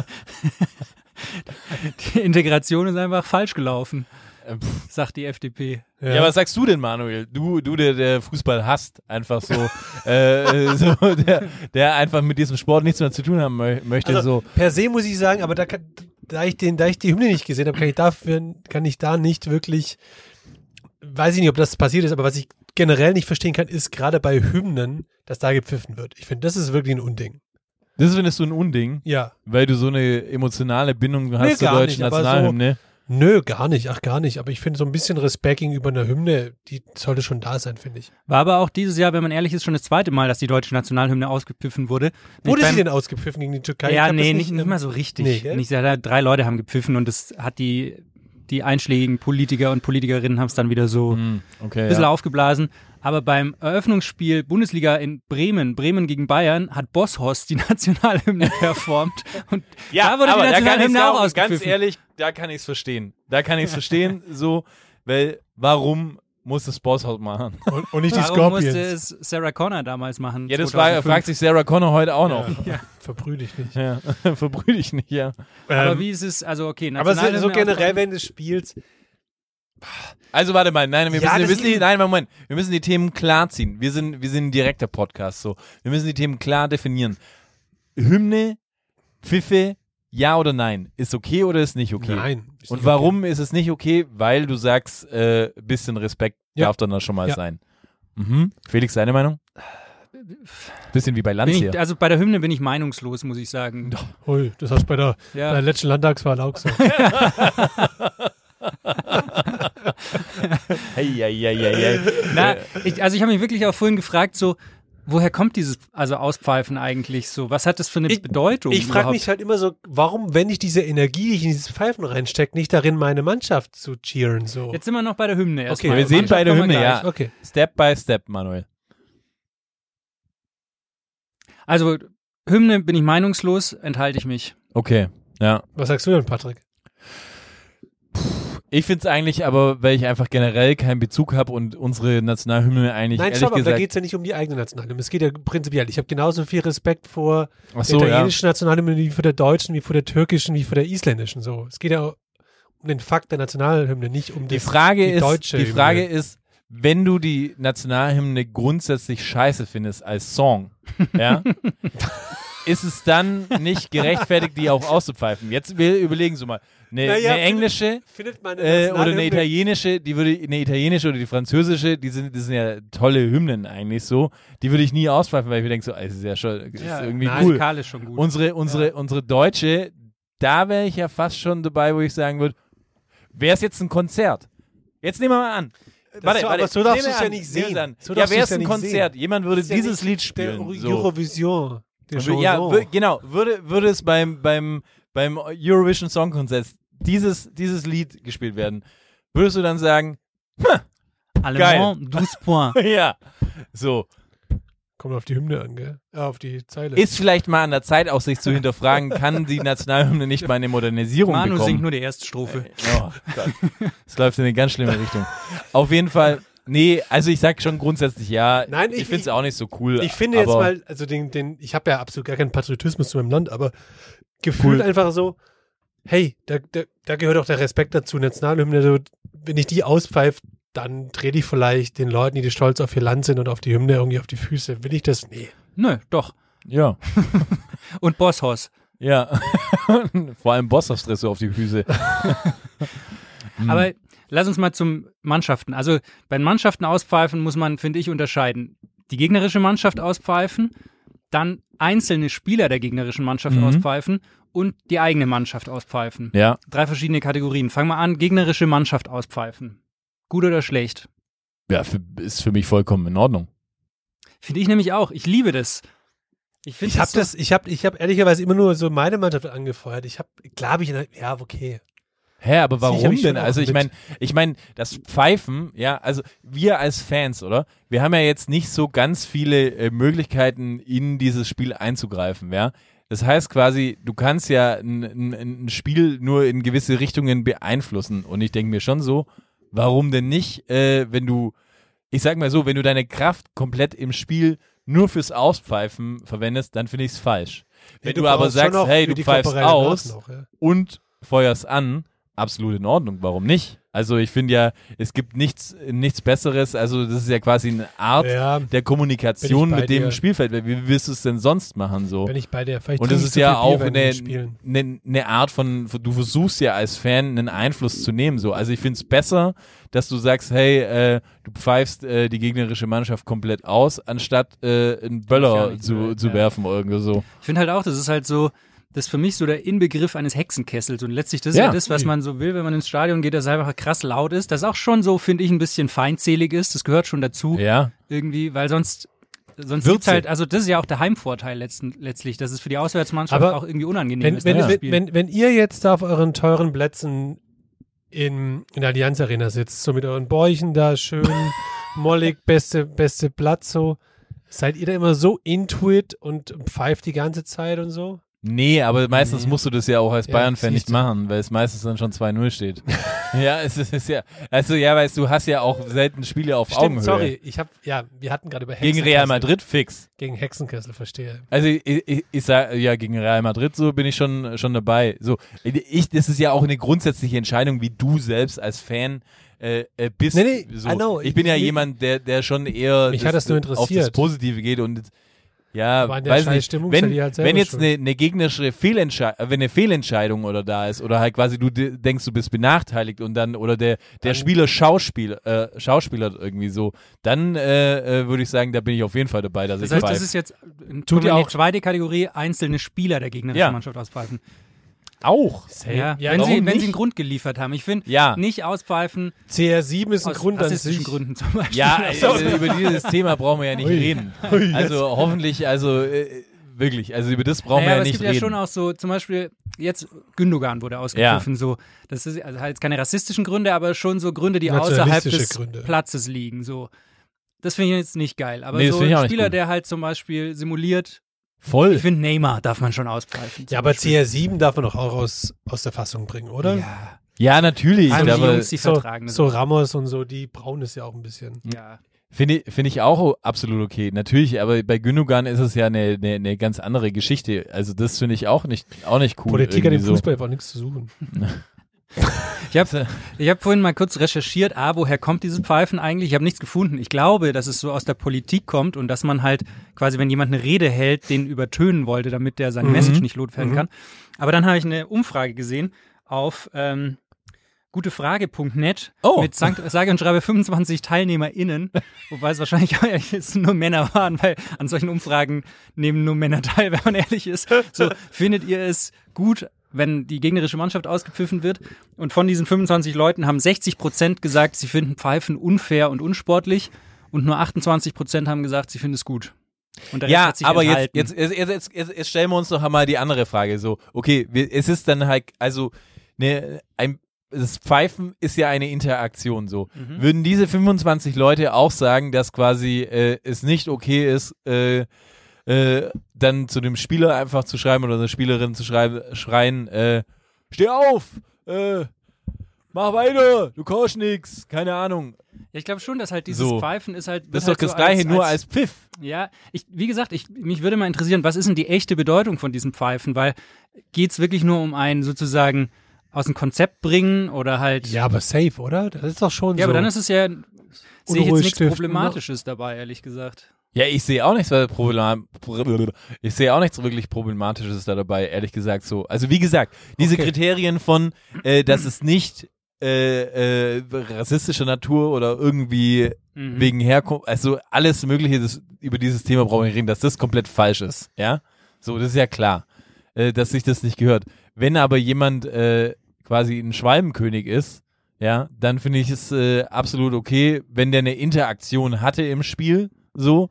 [SPEAKER 2] die (laughs) Integration ist einfach falsch gelaufen,
[SPEAKER 8] Äh,
[SPEAKER 7] Ähm, pff.
[SPEAKER 2] sagt die FDP.
[SPEAKER 7] Ja. was sagst du denn, Manuel? Du, du der, der Fußball hasst, einfach so, (laughs) äh, so der, der einfach mit diesem Sport nichts mehr zu tun haben mö möchte.
[SPEAKER 8] Also,
[SPEAKER 7] so.
[SPEAKER 8] per se muss ich sagen, aber da, kann, da, ich den, da ich die Hymne nicht gesehen habe, kann ich dafür kann ich da nicht wirklich weiß ich nicht, ob das passiert ist, aber was ich generell nicht verstehen kann, ist gerade bei Hymnen, dass da gepfiffen wird. Ich finde, das ist wirklich ein Unding.
[SPEAKER 7] Das findest du ein Unding,
[SPEAKER 8] Ja.
[SPEAKER 7] weil du so eine emotionale Bindung hast
[SPEAKER 8] Nee,
[SPEAKER 7] zur
[SPEAKER 8] gar
[SPEAKER 7] deutschen
[SPEAKER 8] nicht, aber
[SPEAKER 7] Nationalhymne.
[SPEAKER 8] Nö, gar nicht, ach gar nicht. Aber ich finde so ein bisschen Respekt gegenüber einer Hymne, die sollte schon da sein, finde ich.
[SPEAKER 2] War aber auch dieses Jahr, wenn man ehrlich ist, schon das zweite Mal, dass die deutsche Nationalhymne ausgepfiffen wurde.
[SPEAKER 8] Wurde
[SPEAKER 2] Nämlich
[SPEAKER 8] sie
[SPEAKER 2] beim-
[SPEAKER 8] denn ausgepfiffen gegen die Türkei? Ich
[SPEAKER 2] Ja,
[SPEAKER 8] hab
[SPEAKER 2] nee,
[SPEAKER 8] das
[SPEAKER 2] nicht, nicht mal so
[SPEAKER 8] Nee,
[SPEAKER 2] richtig.
[SPEAKER 8] gell?
[SPEAKER 2] nicht, ja, da- drei Leute haben gepfiffen und das hat die, die einschlägigen Politiker und Politikerinnen haben es dann wieder so ein
[SPEAKER 7] Hm, okay.
[SPEAKER 2] bisschen
[SPEAKER 7] Ja.
[SPEAKER 2] aufgeblasen. Aber beim Eröffnungsspiel Bundesliga in Bremen, Bremen gegen Bayern, hat Bosshorst die (laughs) Nationalhymne performt. Und da wurde die Nationalhymne
[SPEAKER 7] ich's
[SPEAKER 2] auch ausgepfiffen.
[SPEAKER 7] Ganz ehrlich, da kann ich es verstehen. Da kann ich es (laughs) verstehen, so, weil warum muss das Bosshaus machen?
[SPEAKER 8] Und, und nicht die
[SPEAKER 2] Warum musste
[SPEAKER 8] Scorpions.
[SPEAKER 2] es Sarah Connor damals machen?
[SPEAKER 7] Ja, das war,
[SPEAKER 2] 2005?
[SPEAKER 7] fragt sich Sarah Connor heute auch noch.
[SPEAKER 8] Verbrühe dich
[SPEAKER 7] (laughs)
[SPEAKER 8] nicht.
[SPEAKER 7] Ja. Verbrühe ich nicht, ja.
[SPEAKER 8] Ähm,
[SPEAKER 2] Aber wie ist es, also okay,
[SPEAKER 8] Aber so,
[SPEAKER 2] Nationalhymne
[SPEAKER 8] so generell,
[SPEAKER 2] ausgepfiffen.
[SPEAKER 8] wenn du spielst,
[SPEAKER 7] Also warte mal, nein, wir
[SPEAKER 8] Ja,
[SPEAKER 7] müssen, wir
[SPEAKER 8] das
[SPEAKER 7] müssen die,
[SPEAKER 8] eben.
[SPEAKER 7] nein, Moment, wir müssen die Themen klar ziehen. Wir sind, wir sind ein direkter Podcast, so. Wir müssen die Themen klar definieren. Hymne, Pfiffe, ja oder nein, ist okay oder ist nicht okay?
[SPEAKER 8] nein. ist
[SPEAKER 7] Und
[SPEAKER 8] nicht
[SPEAKER 7] warum ist es nicht okay? Weil du sagst, äh, bisschen Respekt
[SPEAKER 8] Ja.
[SPEAKER 7] darf dann da schon mal
[SPEAKER 8] Ja.
[SPEAKER 7] sein. Mhm. Felix, deine Meinung? Bisschen wie bei Lanz
[SPEAKER 2] Bin
[SPEAKER 7] hier.
[SPEAKER 2] ich, also bei der Hymne bin ich meinungslos, muss ich sagen.
[SPEAKER 8] Okay. Hui, das hast du bei der,
[SPEAKER 2] Ja.
[SPEAKER 8] bei der letzten Landtagswahl auch gesagt.
[SPEAKER 7] (laughs) Hey, hey, hey, hey,
[SPEAKER 8] (laughs)
[SPEAKER 7] hey.
[SPEAKER 2] Na, ich, also ich habe mich wirklich auch vorhin gefragt, so, woher kommt dieses also Auspfeifen eigentlich so? Was hat das für eine
[SPEAKER 8] Ich-
[SPEAKER 2] Bedeutung?
[SPEAKER 8] Ich frage
[SPEAKER 2] überhaupt?
[SPEAKER 8] mich halt immer so, warum, wenn ich diese Energie, die ich in dieses Pfeifen reinstecke, nicht darin meine Mannschaft zu cheeren so.
[SPEAKER 2] Jetzt sind wir noch bei der Hymne
[SPEAKER 7] Okay,
[SPEAKER 2] erstmal.
[SPEAKER 7] wir sehen
[SPEAKER 2] Mannschaft
[SPEAKER 7] bei der
[SPEAKER 2] kommen wir
[SPEAKER 7] Hymne,
[SPEAKER 2] gleich.
[SPEAKER 7] ja.
[SPEAKER 8] Okay.
[SPEAKER 7] Step by step, Manuel.
[SPEAKER 2] Also Hymne bin ich meinungslos, enthalte ich mich.
[SPEAKER 7] Okay, ja.
[SPEAKER 8] Was sagst du denn, Patrick?
[SPEAKER 7] Ich find's eigentlich aber, weil ich einfach generell keinen Bezug habe und unsere Nationalhymne eigentlich
[SPEAKER 8] Nein,
[SPEAKER 7] ehrlich
[SPEAKER 8] schau mal, da
[SPEAKER 7] gesagt.
[SPEAKER 8] geht es ja nicht um die eigene Nationalhymne. Es geht ja prinzipiell. Ich habe genauso viel Respekt vor
[SPEAKER 7] Ach
[SPEAKER 8] der
[SPEAKER 7] so, ja.
[SPEAKER 8] italienischen Nationalhymne wie vor der deutschen, wie vor der türkischen, wie vor der isländischen. So. Es geht ja um den Fakt der Nationalhymne, nicht um
[SPEAKER 7] Die
[SPEAKER 8] das,
[SPEAKER 7] Frage
[SPEAKER 8] die
[SPEAKER 7] ist,
[SPEAKER 8] deutsche
[SPEAKER 7] die Frage
[SPEAKER 8] Hymne.
[SPEAKER 7] ist, wenn du die Nationalhymne grundsätzlich scheiße findest als Song,
[SPEAKER 8] (laughs)
[SPEAKER 7] ja, ist es dann nicht gerechtfertigt, die auch auszupfeifen? Jetzt wir überlegen Sie mal. Eine,
[SPEAKER 8] Naja,
[SPEAKER 7] eine englische
[SPEAKER 8] Findet man
[SPEAKER 7] äh, oder eine italienische, die würde eine italienische oder die französische, die sind, das sind ja tolle Hymnen eigentlich so. Die würde ich nie auspfeifen, weil ich mir denke so, ey, das ist ja schon das ist irgendwie cool.
[SPEAKER 2] Musikalisch schon gut.
[SPEAKER 7] Unsere, unsere, unsere Deutsche, da wäre ich ja fast schon dabei, wo ich sagen würde, wäre es jetzt ein Konzert? Jetzt nehmen wir mal an. warte, warte,
[SPEAKER 8] so- aber so darfst
[SPEAKER 7] nehmen wir
[SPEAKER 8] du's ja
[SPEAKER 7] an, nehmen
[SPEAKER 8] nicht
[SPEAKER 7] wir
[SPEAKER 8] sehen.
[SPEAKER 7] an.
[SPEAKER 8] So
[SPEAKER 7] ja,
[SPEAKER 8] darfst
[SPEAKER 7] wäre
[SPEAKER 8] du's
[SPEAKER 7] es
[SPEAKER 8] ja
[SPEAKER 7] ein
[SPEAKER 8] nicht
[SPEAKER 7] Konzert.
[SPEAKER 8] sehen.
[SPEAKER 7] Jemand würde
[SPEAKER 8] Das ist ja
[SPEAKER 7] dieses
[SPEAKER 8] nicht
[SPEAKER 7] Lied
[SPEAKER 8] der
[SPEAKER 7] spielen.
[SPEAKER 8] Euro-
[SPEAKER 7] so.
[SPEAKER 8] Eurovision. Der
[SPEAKER 7] ja,
[SPEAKER 8] Chanson.
[SPEAKER 7] wür- genau. Würde, würde es beim, beim, beim Eurovision Song Contest dieses, dieses Lied gespielt werden, würdest du dann sagen, (laughs)
[SPEAKER 2] Allemand, 12 points.
[SPEAKER 7] ja, so.
[SPEAKER 8] Kommt auf die Hymne an, gell? Ja, auf die Zeile.
[SPEAKER 7] Ist vielleicht mal an der Zeit, auch sich zu hinterfragen, kann die Nationalhymne nicht mal eine Modernisierung
[SPEAKER 2] Manu
[SPEAKER 7] bekommen?
[SPEAKER 2] singt nur die erste Strophe.
[SPEAKER 7] Oh Gott. Es läuft in eine ganz schlimme Richtung. Auf jeden Fall, nee, also ich sag schon grundsätzlich ja.
[SPEAKER 8] Nein,
[SPEAKER 7] ich,
[SPEAKER 8] ich-
[SPEAKER 7] finde es auch nicht so cool.
[SPEAKER 8] Ich finde jetzt
[SPEAKER 7] aber
[SPEAKER 8] mal, also den, den, ich habe ja absolut gar keinen Patriotismus zu meinem Land, aber gefühlt einfach so, hey, da, da, da gehört auch der Respekt dazu, Nationalhymne, so, wenn ich die auspfeife, dann trete ich vielleicht den Leuten, die stolz auf ihr Land sind und auf die Hymne irgendwie auf die Füße. Will ich das? Nee.
[SPEAKER 2] Nö, doch.
[SPEAKER 7] Ja,
[SPEAKER 2] Und Bosshorst.
[SPEAKER 7] ja. (laughs) Vor allem Bosshaus Stress so auf die Füße.
[SPEAKER 2] Aber lass uns mal zum Mannschaften. Also bei den Mannschaften auspfeifen muss man, finde ich, unterscheiden. Die gegnerische Mannschaft auspfeifen, dann einzelne Spieler der gegnerischen Mannschaft auspfeifen und die eigene Mannschaft auspfeifen.
[SPEAKER 7] Ja.
[SPEAKER 2] Drei verschiedene Kategorien. Fang mal an, gegnerische Mannschaft auspfeifen. Gut oder schlecht?
[SPEAKER 7] Ja, für, ist für mich vollkommen in Ordnung.
[SPEAKER 2] Finde ich nämlich auch. Ich liebe das. Ich, find
[SPEAKER 8] Ich habe
[SPEAKER 2] so-
[SPEAKER 8] das, ich habe, ich habe ehrlicherweise immer nur so meine Mannschaft angefeuert. Ich habe, glaube ich, in der- ja, okay.
[SPEAKER 7] Hä, aber
[SPEAKER 8] Sicher hab
[SPEAKER 7] warum
[SPEAKER 8] ich schon
[SPEAKER 7] denn?
[SPEAKER 8] auch
[SPEAKER 7] Also ich
[SPEAKER 8] mit.
[SPEAKER 7] meine, ich meine, das Pfeifen, ja, also wir als Fans, oder? Wir haben ja jetzt nicht so ganz viele äh, Möglichkeiten, in dieses Spiel einzugreifen, ja. Das heißt quasi, du kannst ja ein, ein, ein Spiel nur in gewisse Richtungen beeinflussen. Und ich denke mir schon so, warum denn nicht, äh, wenn du, ich sag mal so, wenn du deine Kraft komplett im Spiel nur fürs Auspfeifen verwendest, dann finde ich es falsch. Wenn du, aber
[SPEAKER 8] brauchst schon
[SPEAKER 7] sagst,
[SPEAKER 8] auch
[SPEAKER 7] hey,
[SPEAKER 8] für
[SPEAKER 7] du
[SPEAKER 8] die
[SPEAKER 7] pfeifst
[SPEAKER 8] Körperreihe
[SPEAKER 7] aus
[SPEAKER 8] Rasen auch, ja.
[SPEAKER 7] und feuerst an, absolut in Ordnung. Warum nicht? Also ich finde ja, es gibt nichts, nichts Besseres. Also das ist ja quasi eine Art
[SPEAKER 8] Ja.
[SPEAKER 7] der Kommunikation
[SPEAKER 8] Bin ich bei
[SPEAKER 7] mit dem
[SPEAKER 8] dir.
[SPEAKER 7] Spielfeld. Weil Wie wirst du es denn sonst machen so?
[SPEAKER 8] Wenn ich bei der vielleicht
[SPEAKER 7] Und
[SPEAKER 8] trinke
[SPEAKER 7] es
[SPEAKER 8] ich
[SPEAKER 7] ist
[SPEAKER 8] zu
[SPEAKER 7] ja
[SPEAKER 8] viel
[SPEAKER 7] auch
[SPEAKER 8] Bier, wenn wir
[SPEAKER 7] eine,
[SPEAKER 8] spielen.
[SPEAKER 7] eine, eine Art von, du versuchst ja als Fan einen Einfluss zu nehmen. So. Also ich finde es besser, dass du sagst, hey, äh, du pfeifst äh, die gegnerische Mannschaft komplett aus, anstatt äh, einen
[SPEAKER 2] Ja,
[SPEAKER 7] Böller
[SPEAKER 2] nicht
[SPEAKER 7] zu,
[SPEAKER 2] so,
[SPEAKER 7] zu
[SPEAKER 2] ja.
[SPEAKER 7] werfen oder irgendwie so.
[SPEAKER 2] Ich finde halt auch, das ist halt so, das ist für mich so der Inbegriff eines Hexenkessels. Und letztlich, das ist
[SPEAKER 7] Ja.
[SPEAKER 2] ja das, was man so will, wenn man ins Stadion geht, dass es einfach krass laut ist. Das auch schon so, finde ich, ein bisschen feindselig ist. Das gehört schon dazu
[SPEAKER 7] Ja,
[SPEAKER 2] irgendwie, weil sonst. Sonst
[SPEAKER 7] Würze.
[SPEAKER 2] gibt's halt, also das ist ja auch der Heimvorteil letzten, letztlich, dass es für die Auswärtsmannschaft
[SPEAKER 8] Aber
[SPEAKER 2] auch irgendwie unangenehm
[SPEAKER 8] Wenn,
[SPEAKER 2] ist. ne?
[SPEAKER 8] wenn,
[SPEAKER 2] da zu
[SPEAKER 8] wenn,
[SPEAKER 2] spielen.
[SPEAKER 8] wenn, wenn ihr jetzt da auf euren teuren Plätzen in, in der Allianz Arena sitzt, so mit euren Bäuchen da schön,
[SPEAKER 7] (laughs)
[SPEAKER 8] mollig, beste, beste Platz so, seid ihr da immer so into it und pfeift die ganze Zeit und so?
[SPEAKER 7] Nee, aber meistens musst du das ja auch als
[SPEAKER 8] Ja,
[SPEAKER 7] Bayern-Fan nicht
[SPEAKER 8] siehste.
[SPEAKER 7] machen, weil es meistens dann schon 2-0 steht. (laughs) ja, es ist, es ist ja. Also, ja, weißt du, hast ja auch selten Spiele auf Augenhöhe.
[SPEAKER 8] sorry, ich habe ja, wir hatten gerade über
[SPEAKER 7] Gegen
[SPEAKER 8] Hexenkessel.
[SPEAKER 7] Real Madrid fix.
[SPEAKER 8] Gegen Hexenkessel, verstehe.
[SPEAKER 7] Also ich, ich, ich sag, ja, gegen Real Madrid so bin ich schon, schon dabei. So, ich, das ist ja auch eine grundsätzliche Entscheidung, wie du selbst als Fan äh, äh, bist.
[SPEAKER 8] Nee, nee,
[SPEAKER 7] so.
[SPEAKER 8] I know.
[SPEAKER 7] ich bin ja
[SPEAKER 8] Ich-
[SPEAKER 7] jemand, der, der schon eher
[SPEAKER 8] Mich hat das nur
[SPEAKER 7] auf das
[SPEAKER 8] interessiert.
[SPEAKER 7] Positive geht und ja,
[SPEAKER 8] Aber in der
[SPEAKER 7] weiß
[SPEAKER 8] scheiß
[SPEAKER 7] nicht,
[SPEAKER 8] Stimmung seid
[SPEAKER 7] wenn,
[SPEAKER 8] ihr halt selber
[SPEAKER 7] wenn jetzt
[SPEAKER 8] schuld.
[SPEAKER 7] eine, eine gegnerische Fehlentscheidung, wenn eine Fehlentscheidung oder da ist oder halt quasi du de- denkst, du bist benachteiligt und dann oder der, der Spieler Schauspiel, äh, Schauspieler irgendwie so, dann äh, äh, würde ich sagen, da bin ich auf jeden Fall dabei, dass
[SPEAKER 2] Das
[SPEAKER 7] ich
[SPEAKER 2] heißt,
[SPEAKER 7] pfeife.
[SPEAKER 2] das ist jetzt
[SPEAKER 8] Tut
[SPEAKER 2] in Tut
[SPEAKER 8] ihr
[SPEAKER 2] die
[SPEAKER 8] auch-
[SPEAKER 2] zweite Kategorie einzelne Spieler der gegnerischen
[SPEAKER 7] Ja.
[SPEAKER 2] Mannschaft auspfeifen.
[SPEAKER 7] auch.
[SPEAKER 2] Ja,
[SPEAKER 8] ja,
[SPEAKER 2] wenn,
[SPEAKER 7] warum
[SPEAKER 2] sie, wenn
[SPEAKER 7] nicht?
[SPEAKER 2] sie einen Grund geliefert haben. Ich finde,
[SPEAKER 7] Ja.
[SPEAKER 2] nicht auspfeifen
[SPEAKER 8] CR7 ist ein
[SPEAKER 2] aus
[SPEAKER 8] Grund an
[SPEAKER 2] rassistischen
[SPEAKER 8] sich.
[SPEAKER 2] Gründen zum Beispiel. (laughs)
[SPEAKER 7] Ja, äh, über dieses Thema brauchen wir ja nicht reden. Also hoffentlich, also äh, wirklich, also über das brauchen wir
[SPEAKER 2] Naja,
[SPEAKER 7] ja
[SPEAKER 2] aber
[SPEAKER 7] nicht
[SPEAKER 2] es gibt
[SPEAKER 7] reden.
[SPEAKER 2] ja schon auch so, zum Beispiel, jetzt Gündogan wurde ausgepfiffen, so. Das ist also halt jetzt keine rassistischen Gründe, aber schon so Gründe, die außerhalb
[SPEAKER 8] Nationalistische
[SPEAKER 2] des
[SPEAKER 8] Gründe.
[SPEAKER 2] Platzes liegen, so. Das finde ich jetzt nicht geil. Aber
[SPEAKER 7] Nee, das
[SPEAKER 2] so
[SPEAKER 7] finde ich auch
[SPEAKER 2] ein
[SPEAKER 7] nicht
[SPEAKER 2] Spieler,
[SPEAKER 7] gut.
[SPEAKER 2] der halt zum Beispiel simuliert,
[SPEAKER 7] Voll.
[SPEAKER 2] ich finde Neymar darf man schon auspfeifen.
[SPEAKER 8] Ja, aber CR7 darf man doch auch aus, aus der Fassung bringen, oder?
[SPEAKER 2] Ja,
[SPEAKER 7] Ja, natürlich.
[SPEAKER 2] Vor allem die
[SPEAKER 7] aber
[SPEAKER 2] Jungs, die
[SPEAKER 8] so,
[SPEAKER 2] vertragen das.
[SPEAKER 8] so Ramos und so, die brauen es ja auch ein bisschen.
[SPEAKER 2] ja.
[SPEAKER 7] Finde ich- finde ich auch absolut okay. Natürlich, aber bei Gündogan ist es ja eine, eine, eine ganz andere Geschichte. Also das finde ich auch nicht, auch nicht cool.
[SPEAKER 8] Politik an dem
[SPEAKER 7] irgendwie so.
[SPEAKER 8] Fußball war nichts zu suchen.
[SPEAKER 2] Ich habe ich hab vorhin mal kurz recherchiert, ah, woher kommt dieses Pfeifen eigentlich? Ich habe nichts gefunden. Ich glaube, dass es so aus der Politik kommt und dass man halt quasi, wenn jemand eine Rede hält, den übertönen wollte, damit der
[SPEAKER 8] Mhm.
[SPEAKER 2] sein Message nicht loswerden kann. Aber dann habe ich eine Umfrage gesehen auf ähm, gutefrage.net
[SPEAKER 7] Oh.
[SPEAKER 2] mit Sankt, sage und schreibe 25 TeilnehmerInnen,
[SPEAKER 7] (laughs)
[SPEAKER 2] wobei es wahrscheinlich auch jetzt nur Männer waren, weil an solchen Umfragen nehmen nur Männer teil, (laughs) wenn man ehrlich ist. So, findet ihr es gut, wenn die gegnerische Mannschaft ausgepfiffen wird? Und von diesen 25 Leuten haben 60 Prozent gesagt, sie finden Pfeifen unfair und unsportlich und nur 28 Prozent haben gesagt, sie finden es gut. Und der Rest
[SPEAKER 7] Ja,
[SPEAKER 2] hat sich
[SPEAKER 7] aber jetzt,
[SPEAKER 2] enthalten.
[SPEAKER 7] jetzt, jetzt, jetzt, jetzt, jetzt, jetzt stellen wir uns noch einmal die andere Frage. So, okay, wir, es ist dann halt, also ne, ein, das Pfeifen ist ja eine Interaktion. So, würden diese 25 Leute auch sagen, dass quasi äh, es nicht okay ist, äh, äh, dann zu dem Spieler einfach zu schreiben oder der Spielerin zu schreiben, schreien, äh, steh auf, äh, mach weiter, du kommst nix, keine Ahnung.
[SPEAKER 2] Ja, ich glaube schon, dass halt dieses
[SPEAKER 7] So.
[SPEAKER 2] Pfeifen ist halt. wird
[SPEAKER 7] Das ist doch
[SPEAKER 2] halt
[SPEAKER 7] das
[SPEAKER 2] so
[SPEAKER 7] Gleiche, nur als Pfiff.
[SPEAKER 2] Ja, ich, wie gesagt, ich, mich würde mal interessieren, was ist denn die echte Bedeutung von diesen Pfeifen? Weil geht's wirklich nur um ein sozusagen aus dem Konzept bringen oder halt.
[SPEAKER 8] Ja, aber safe, oder? Das ist doch schon
[SPEAKER 2] Ja,
[SPEAKER 8] so.
[SPEAKER 2] aber dann ist es ja. Sehe ich
[SPEAKER 8] Unruhe
[SPEAKER 2] jetzt nichts
[SPEAKER 8] stiften,
[SPEAKER 2] Problematisches dabei, ehrlich gesagt.
[SPEAKER 7] Ja, ich sehe auch nichts Problem- ich sehe auch nichts wirklich Problematisches da dabei, ehrlich gesagt so. Also wie gesagt, diese
[SPEAKER 8] Okay.
[SPEAKER 7] Kriterien von, äh, dass es nicht äh, äh, rassistischer Natur oder irgendwie
[SPEAKER 2] Mhm.
[SPEAKER 7] wegen Herkunft, also alles Mögliche, das, über dieses Thema brauchen wir nicht reden, dass das komplett falsch ist, ja. So, das ist ja klar, äh, dass sich das nicht gehört. Wenn aber jemand äh, quasi ein Schwalbenkönig ist, ja, dann finde ich es äh, absolut okay, wenn der eine Interaktion hatte im Spiel, so.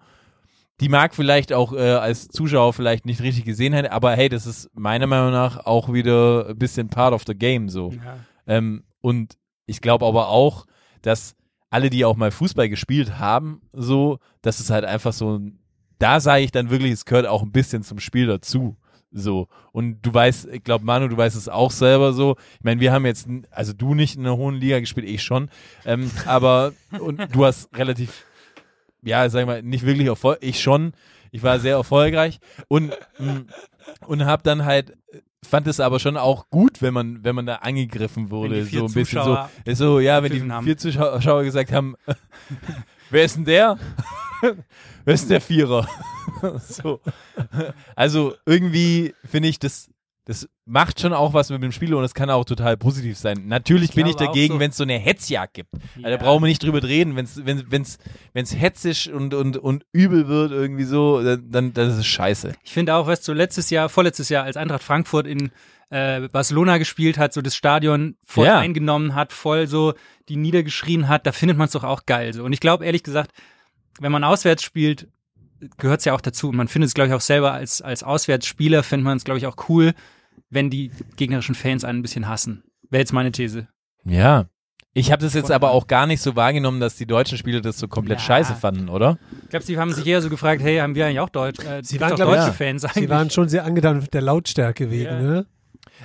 [SPEAKER 7] Die mag vielleicht auch äh, als Zuschauer vielleicht nicht richtig gesehen hätte, aber hey, das ist meiner Meinung nach auch wieder ein bisschen part of the game, so.
[SPEAKER 2] Ja.
[SPEAKER 7] Ähm, und ich glaube aber auch, dass alle, die auch mal Fußball gespielt haben, so, dass es halt einfach so, ein- da sage ich dann wirklich, es gehört auch ein bisschen zum Spiel dazu. So. Und du weißt, ich glaube, Manu, du weißt es auch selber so. Ich meine, wir haben jetzt, n- also du nicht in der hohen Liga gespielt, ich schon. Ähm, aber, und du hast relativ, ja, sag ich mal, nicht wirklich Erfolg, ich schon. Ich war sehr erfolgreich und, mm, und habe hm, dann halt fand es aber schon auch gut, wenn man, wenn man da angegriffen wurde,
[SPEAKER 2] die vier
[SPEAKER 7] so ein bisschen so,
[SPEAKER 2] Zuschauer
[SPEAKER 7] ist so, ja, wenn die
[SPEAKER 2] gepfiffen haben.
[SPEAKER 7] vier Zuschauer gesagt haben, (laughs) wer ist denn der? (laughs) wer ist denn der Vierer? (laughs) so. Also irgendwie finde ich, das, das macht schon auch was mit dem Spiel und es kann auch total positiv sein. Natürlich bin ich
[SPEAKER 2] glaube auch
[SPEAKER 7] dagegen,
[SPEAKER 2] so.
[SPEAKER 7] wenn es so eine Hetzjagd gibt.
[SPEAKER 2] Ja.
[SPEAKER 7] Also, da brauchen wir nicht drüber reden. Wenn's, wenn wenn's, wenn's hetzisch und, und, und übel wird irgendwie so, dann, dann das ist scheiße.
[SPEAKER 2] Ich finde auch, was so letztes Jahr, vorletztes Jahr, als Eintracht Frankfurt in äh, Barcelona gespielt hat, so das Stadion voll
[SPEAKER 7] Ja.
[SPEAKER 2] eingenommen hat, voll so die niedergeschrien hat, da findet man es doch auch geil. So. Und ich glaube, ehrlich gesagt, wenn man auswärts spielt, gehört es ja auch dazu. Und man findet es, glaube ich, auch selber als, als Auswärtsspieler, findet man es, glaube ich, auch cool, wenn die gegnerischen Fans einen ein bisschen hassen. Wäre jetzt meine These.
[SPEAKER 7] Ja. Ich habe das jetzt aber auch gar nicht so wahrgenommen, dass die deutschen Spieler das so komplett
[SPEAKER 2] Ja.
[SPEAKER 7] scheiße fanden, oder?
[SPEAKER 2] Ich glaube, sie haben sich eher so gefragt, hey, haben wir eigentlich auch Deutsch, äh,
[SPEAKER 8] Sie
[SPEAKER 2] gibt's
[SPEAKER 8] waren,
[SPEAKER 2] auch
[SPEAKER 8] glaub ich,
[SPEAKER 2] deutsche
[SPEAKER 8] ja.
[SPEAKER 2] Fans eigentlich?
[SPEAKER 8] Sie waren schon sehr angetan der Lautstärke wegen,
[SPEAKER 2] Ja.
[SPEAKER 8] ne?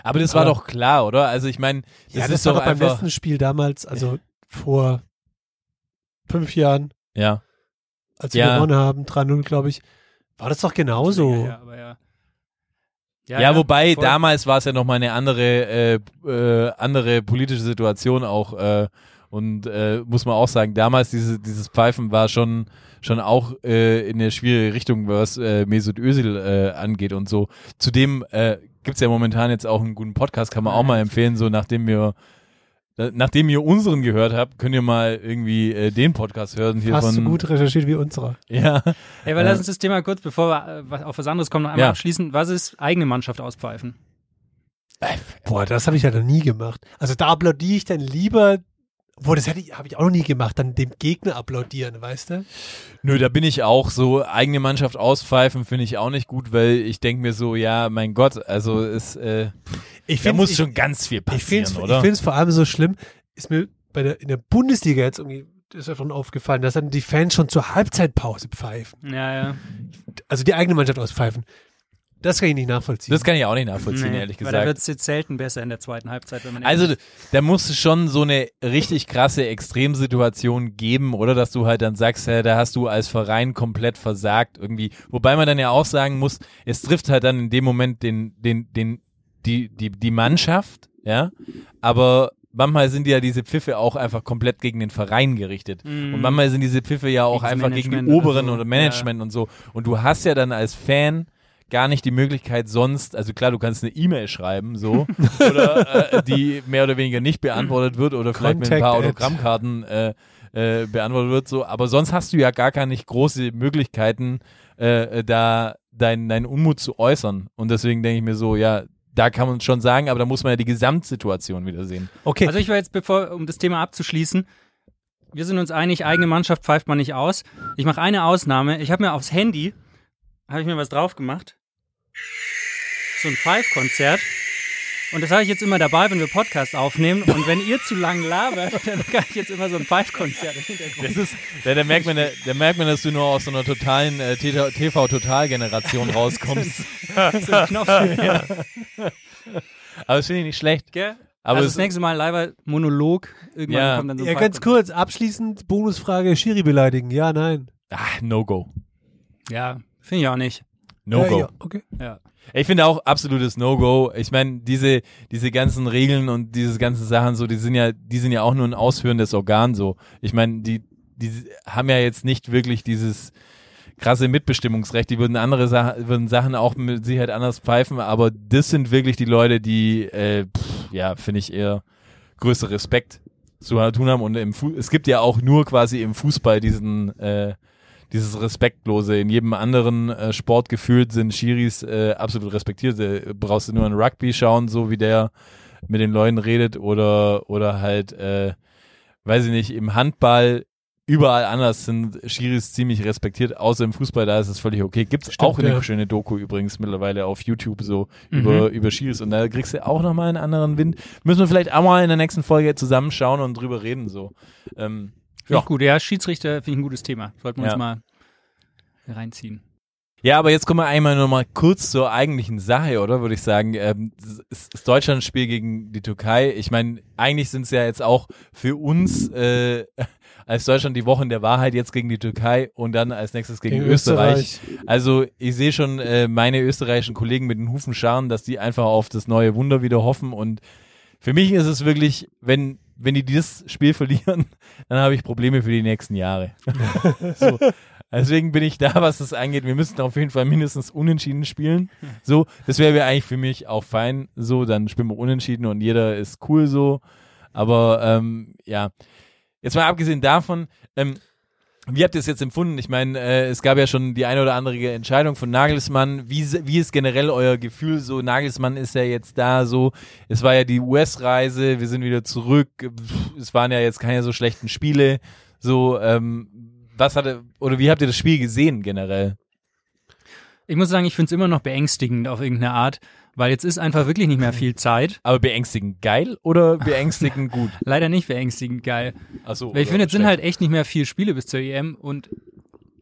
[SPEAKER 7] Aber das war doch klar, oder? Also ich meine, das,
[SPEAKER 8] Ja, das,
[SPEAKER 7] ist
[SPEAKER 8] war
[SPEAKER 7] doch
[SPEAKER 8] doch beim
[SPEAKER 7] einfach.
[SPEAKER 8] letzten Spiel damals, also vor fünf Jahren,
[SPEAKER 7] Ja.
[SPEAKER 8] als wir
[SPEAKER 7] Ja.
[SPEAKER 8] gewonnen haben, 3-0, glaube ich, war das doch genauso.
[SPEAKER 2] Ja, ja, aber ja.
[SPEAKER 7] Ja, wobei
[SPEAKER 2] voll.
[SPEAKER 7] damals war es ja noch mal eine andere, äh, äh, andere politische Situation auch. Äh, und äh, muss man auch sagen, damals diese, dieses Pfeifen war schon, schon auch äh, in eine schwierige Richtung, was äh, Mesut Özil äh, angeht und so. Zudem äh, gibt's ja momentan jetzt auch einen guten Podcast, kann man auch mal empfehlen, so nachdem wir äh, Nachdem ihr unseren gehört habt, könnt ihr mal irgendwie äh, den Podcast hören hier
[SPEAKER 8] Hast
[SPEAKER 7] von
[SPEAKER 8] du gut recherchiert wie unserer.
[SPEAKER 7] ja
[SPEAKER 2] Ey, aber lass uns das Thema kurz, bevor wir äh, was- auf was anderes kommen, noch einmal
[SPEAKER 7] Ja.
[SPEAKER 2] abschließen. Was ist eigene Mannschaft auspfeifen?
[SPEAKER 8] Boah, das habe ich ja noch nie gemacht. Also da applaudiere ich dann lieber, boah, das hätte ich, habe ich auch noch nie gemacht, dann dem Gegner applaudieren, weißt du?
[SPEAKER 7] Nö, da bin ich auch so. Eigene Mannschaft auspfeifen finde ich auch nicht gut, weil ich denke mir so, ja, mein Gott, also es äh,
[SPEAKER 8] Ich
[SPEAKER 7] da
[SPEAKER 8] find's-
[SPEAKER 7] muss
[SPEAKER 8] ich-
[SPEAKER 7] schon ganz viel
[SPEAKER 8] Ich
[SPEAKER 7] passieren,
[SPEAKER 8] finde es
[SPEAKER 7] oder?
[SPEAKER 8] vor allem so schlimm, ist mir bei der, in der Bundesliga jetzt irgendwie ist davon aufgefallen, dass dann die Fans schon zur Halbzeitpause pfeifen.
[SPEAKER 2] Ja, ja.
[SPEAKER 8] Also die eigene Mannschaft auspfeifen. Das kann ich nicht nachvollziehen.
[SPEAKER 7] das kann ich auch nicht nachvollziehen,
[SPEAKER 2] Nee,
[SPEAKER 7] ehrlich
[SPEAKER 2] weil Da wird
[SPEAKER 7] gesagt.
[SPEAKER 2] es jetzt selten besser in der zweiten Halbzeit, wenn man
[SPEAKER 7] Also
[SPEAKER 2] ehrlich ist.
[SPEAKER 7] da muss es schon so eine richtig krasse Extremsituation geben, oder dass du halt dann sagst, hä, da hast du als Verein komplett versagt irgendwie. Wobei man dann ja auch sagen muss, es trifft halt dann in dem Moment den, den, den, die, die, die Mannschaft, ja. aber manchmal sind ja diese Pfiffe auch einfach komplett gegen den Verein gerichtet. Und manchmal sind diese Pfiffe ja auch
[SPEAKER 2] Gegen's
[SPEAKER 7] einfach gegen die
[SPEAKER 2] Mhm. Management oder
[SPEAKER 7] Oberen
[SPEAKER 2] so.
[SPEAKER 7] oder Management und so. Und du hast ja dann als Fan gar nicht die Möglichkeit sonst, also klar, du kannst eine E-Mail schreiben, so, (laughs) oder äh, die mehr oder weniger nicht beantwortet wird oder vielleicht mit ein
[SPEAKER 8] Contact
[SPEAKER 7] paar
[SPEAKER 8] at-
[SPEAKER 7] Autogrammkarten äh, äh, beantwortet wird, so. Aber sonst hast du ja gar keine große Möglichkeiten, äh, äh, da deinen deinen Unmut zu äußern. Und deswegen denke ich mir so, ja, da kann man schon sagen, aber da muss man ja die Gesamtsituation wieder sehen.
[SPEAKER 8] okay,
[SPEAKER 2] Also ich war jetzt, bevor, um das Thema abzuschließen, wir sind uns einig, eigene Mannschaft pfeift man nicht aus. Ich mache eine Ausnahme. Ich habe mir aufs Handy, habe ich mir was drauf gemacht. So ein Pfeifkonzert. Und das habe ich jetzt immer dabei, wenn wir Podcasts aufnehmen. Und wenn ihr zu lang labert, (laughs) dann kann ich jetzt immer so ein Pfeifkonzert im Hintergrund.
[SPEAKER 7] Das ist, da, da, merkt man, da, da merkt man, dass du nur aus so einer totalen äh, TV-Total-Generation rauskommst.
[SPEAKER 8] (laughs)
[SPEAKER 2] So ein Knopf.
[SPEAKER 7] Aber das finde ich nicht schlecht.
[SPEAKER 2] Gell?
[SPEAKER 7] Aber
[SPEAKER 2] Aber also
[SPEAKER 7] es-
[SPEAKER 2] das nächste Mal leider Monolog. Irgendwann
[SPEAKER 7] Ja.
[SPEAKER 2] kommt dann so ein
[SPEAKER 8] ja, ganz
[SPEAKER 2] Faktor.
[SPEAKER 8] kurz, abschließend Bonusfrage, Schiri beleidigen. Ja, nein.
[SPEAKER 7] Ah, No-Go.
[SPEAKER 2] Ja, finde ich auch nicht.
[SPEAKER 8] ja,
[SPEAKER 7] No-Go.
[SPEAKER 8] ja, okay.
[SPEAKER 2] Ja.
[SPEAKER 7] Ich finde auch absolutes No-Go. Ich meine, diese, diese ganzen Regeln und diese ganzen Sachen so, die sind ja, die sind ja auch nur ein ausführendes Organ so. Ich meine, die, die haben ja jetzt nicht wirklich dieses krasse Mitbestimmungsrecht. Die würden andere Sachen, würden Sachen auch mit Sicherheit anders pfeifen, aber das sind wirklich die Leute, die, äh, pff, ja, finde ich eher größere Respekt zu tun haben. Und im Fu es gibt ja auch nur quasi im Fußball diesen, äh, dieses Respektlose. In jedem anderen äh, Sport gefühlt sind Schiris äh, absolut respektiert. Äh, Brauchst du nur an Rugby schauen, so wie der mit den Leuten redet oder, oder halt, äh, weiß ich nicht, im Handball überall anders sind Schiris ziemlich respektiert, außer im Fußball, da ist es völlig okay. Gibt's auch eine
[SPEAKER 8] ja.
[SPEAKER 7] schöne Doku übrigens mittlerweile auf YouTube so über, über Schiris und da kriegst du auch nochmal einen anderen Wind. Müssen wir vielleicht auch mal in der nächsten Folge zusammenschauen und drüber reden so. Ähm, Ja.
[SPEAKER 2] Finde ich gut. Ja, Schiedsrichter finde ich ein gutes Thema. Sollten wir
[SPEAKER 7] Ja.
[SPEAKER 2] uns mal reinziehen.
[SPEAKER 7] Ja, aber jetzt kommen wir einmal nochmal kurz zur eigentlichen Sache, oder? Würde ich sagen, ähm, das ist- das Deutschlandspiel gegen die Türkei. Ich meine, eigentlich sind es ja jetzt auch für uns äh, (laughs) als Deutschland die Wochen der Wahrheit jetzt gegen die Türkei und dann als nächstes gegen
[SPEAKER 8] Gegen
[SPEAKER 7] Österreich. Also ich sehe schon äh, meine österreichischen Kollegen mit den Hufen scharren, dass die einfach auf das neue Wunder wieder hoffen. Und für mich ist es wirklich, wenn wenn die dieses Spiel verlieren, (laughs) dann habe ich Probleme für die nächsten Jahre. so. Deswegen bin ich da, was das angeht. Wir müssten auf jeden Fall mindestens unentschieden spielen. So, das wäre wär eigentlich für mich auch fein. So, dann spielen wir unentschieden und jeder ist cool so. Aber ähm, ja, jetzt mal abgesehen davon, ähm, wie habt ihr es jetzt empfunden? Ich meine, äh, es gab ja schon die eine oder andere Entscheidung von Nagelsmann. Wie, se- wie ist generell euer Gefühl so? Nagelsmann ist ja jetzt da so. Es war ja die US-Reise, wir sind wieder zurück. Pff, Es waren ja jetzt keine so schlechten Spiele. So, ähm, was hatte, oder wie habt ihr das Spiel gesehen generell?
[SPEAKER 2] Ich muss sagen, ich finde es immer noch beängstigend auf irgendeine Art, weil jetzt ist einfach wirklich (laughs) nicht mehr viel Zeit.
[SPEAKER 7] Aber beängstigend geil
[SPEAKER 8] (laughs)
[SPEAKER 7] oder beängstigend gut?
[SPEAKER 2] Leider nicht beängstigend geil.
[SPEAKER 7] Achso.
[SPEAKER 2] Weil ich finde, jetzt sind halt echt nicht mehr viel Spiele bis zur EM und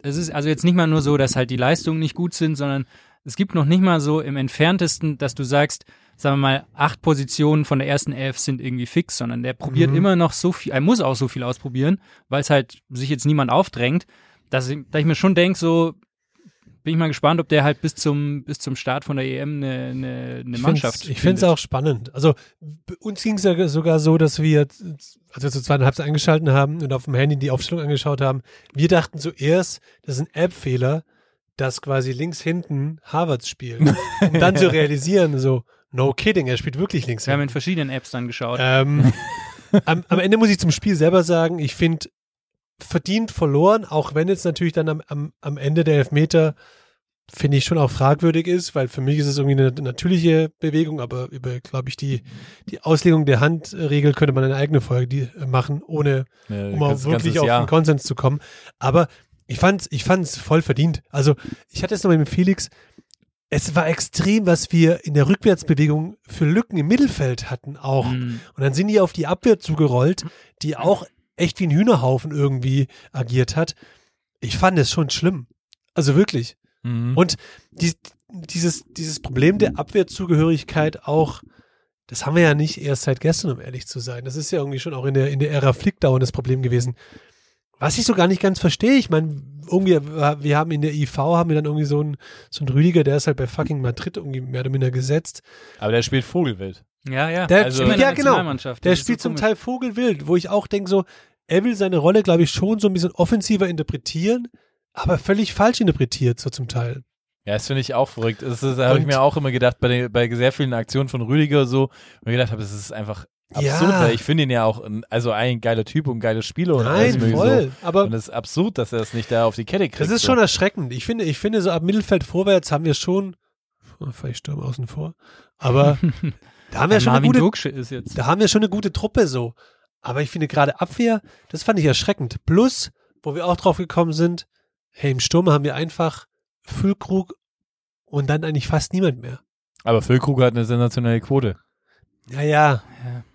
[SPEAKER 2] es ist also jetzt nicht mal nur so, dass halt die Leistungen nicht gut sind, sondern es gibt noch nicht mal so im entferntesten, dass du sagst, sagen wir mal, acht Positionen von der ersten Elf sind irgendwie fix, sondern der probiert
[SPEAKER 8] Mhm.
[SPEAKER 2] immer noch so viel, er muss auch so viel ausprobieren, weil es halt sich jetzt niemand aufdrängt, dass ich, dass ich mir schon denke, so bin ich mal gespannt, ob der halt bis zum, bis zum Start von der EM eine, eine, eine Mannschaft
[SPEAKER 8] Ich finde es
[SPEAKER 2] bildet.
[SPEAKER 8] auch spannend. Also b- uns ging es ja sogar so, dass wir, z- als wir zu zweieinhalb eingeschalten haben und auf dem Handy die Aufstellung angeschaut haben, wir dachten zuerst, das ist ein App-Fehler, dass quasi links hinten Harvards spielt. um dann
[SPEAKER 2] (laughs)
[SPEAKER 8] zu realisieren, so, no kidding, er spielt wirklich links
[SPEAKER 2] Wir haben
[SPEAKER 8] hinten.
[SPEAKER 2] in verschiedenen Apps dann geschaut.
[SPEAKER 8] Ähm, am, am Ende muss ich zum Spiel selber sagen, ich finde verdient verloren, auch wenn jetzt natürlich dann am, am, am Ende der Elfmeter finde ich schon auch fragwürdig ist, weil für mich ist es irgendwie eine natürliche Bewegung, aber über, glaube ich, die, die Auslegung der Handregel könnte man eine eigene Folge die, äh, machen, ohne
[SPEAKER 7] Ja,
[SPEAKER 8] um auch
[SPEAKER 7] ganz-
[SPEAKER 8] wirklich
[SPEAKER 7] äh, ganzes
[SPEAKER 8] auf
[SPEAKER 7] Jahr.
[SPEAKER 8] den Konsens zu kommen. Aber ich fand's, ich fand's voll verdient. Also ich hatte es noch mit Felix. Es war extrem, was wir in der Rückwärtsbewegung für Lücken im Mittelfeld hatten auch.
[SPEAKER 7] Mhm.
[SPEAKER 8] Und dann sind die auf die Abwehr zugerollt, die auch echt wie ein Hühnerhaufen irgendwie agiert hat. Ich fand es schon schlimm. Also wirklich.
[SPEAKER 7] Mhm.
[SPEAKER 8] Und die, dieses, dieses Problem der Abwehrzugehörigkeit auch, das haben wir ja nicht erst seit gestern, um ehrlich zu sein. Das ist ja irgendwie schon auch in der, in der Ära Flick dauerndes Problem gewesen. Was ich so gar nicht ganz verstehe, ich meine, irgendwie, äh, wir haben in der IV, haben wir dann irgendwie so einen, so einen Rüdiger, der ist halt bei fucking Madrid irgendwie mehr oder minder gesetzt.
[SPEAKER 7] Aber der spielt Vogelwild.
[SPEAKER 2] ja, ja.
[SPEAKER 8] Der
[SPEAKER 7] Also-
[SPEAKER 8] spielt,
[SPEAKER 2] Immer
[SPEAKER 8] ja
[SPEAKER 2] in der
[SPEAKER 8] genau,
[SPEAKER 2] Nationalmannschaft.
[SPEAKER 8] der
[SPEAKER 2] Das ist so
[SPEAKER 8] spielt zum
[SPEAKER 2] komisch.
[SPEAKER 8] Teil Vogelwild, wo ich auch denke so, er will seine Rolle, glaube ich, schon so ein bisschen offensiver interpretieren, aber völlig falsch interpretiert, so zum Teil.
[SPEAKER 7] Ja, das finde ich auch verrückt. Das ist, da habe ich
[SPEAKER 8] Und-
[SPEAKER 7] mir auch immer gedacht, bei, den, bei sehr vielen Aktionen von Rüdiger so, wo ich gedacht habe, das ist einfach absurd.
[SPEAKER 8] Ja.
[SPEAKER 7] weil Ich finde ihn ja auch ein, also ein geiler Typ und ein geiler Spieler und alles
[SPEAKER 8] Nein,
[SPEAKER 7] mögliche
[SPEAKER 8] voll.
[SPEAKER 7] So.
[SPEAKER 8] Aber
[SPEAKER 7] Und es ist absurd, dass er das nicht da auf die Kette kriegt.
[SPEAKER 8] Das ist
[SPEAKER 7] so.
[SPEAKER 8] schon erschreckend. Ich finde, ich finde, so ab Mittelfeld vorwärts haben wir schon, oh, vielleicht Sturm außen vor,
[SPEAKER 7] (laughs)
[SPEAKER 8] aber da haben wir
[SPEAKER 2] Ja,
[SPEAKER 8] schon eine
[SPEAKER 2] Marvin
[SPEAKER 8] gute,
[SPEAKER 2] Dugsche ist jetzt.
[SPEAKER 8] da haben wir schon eine gute Truppe so. Aber ich finde gerade Abwehr, das fand ich erschreckend. Plus, wo wir auch drauf gekommen sind, hey, im Sturm haben wir einfach Füllkrug und dann eigentlich fast niemand mehr.
[SPEAKER 7] Aber Füllkrug hat eine sensationelle Quote.
[SPEAKER 8] Ja, ja.
[SPEAKER 2] Ja.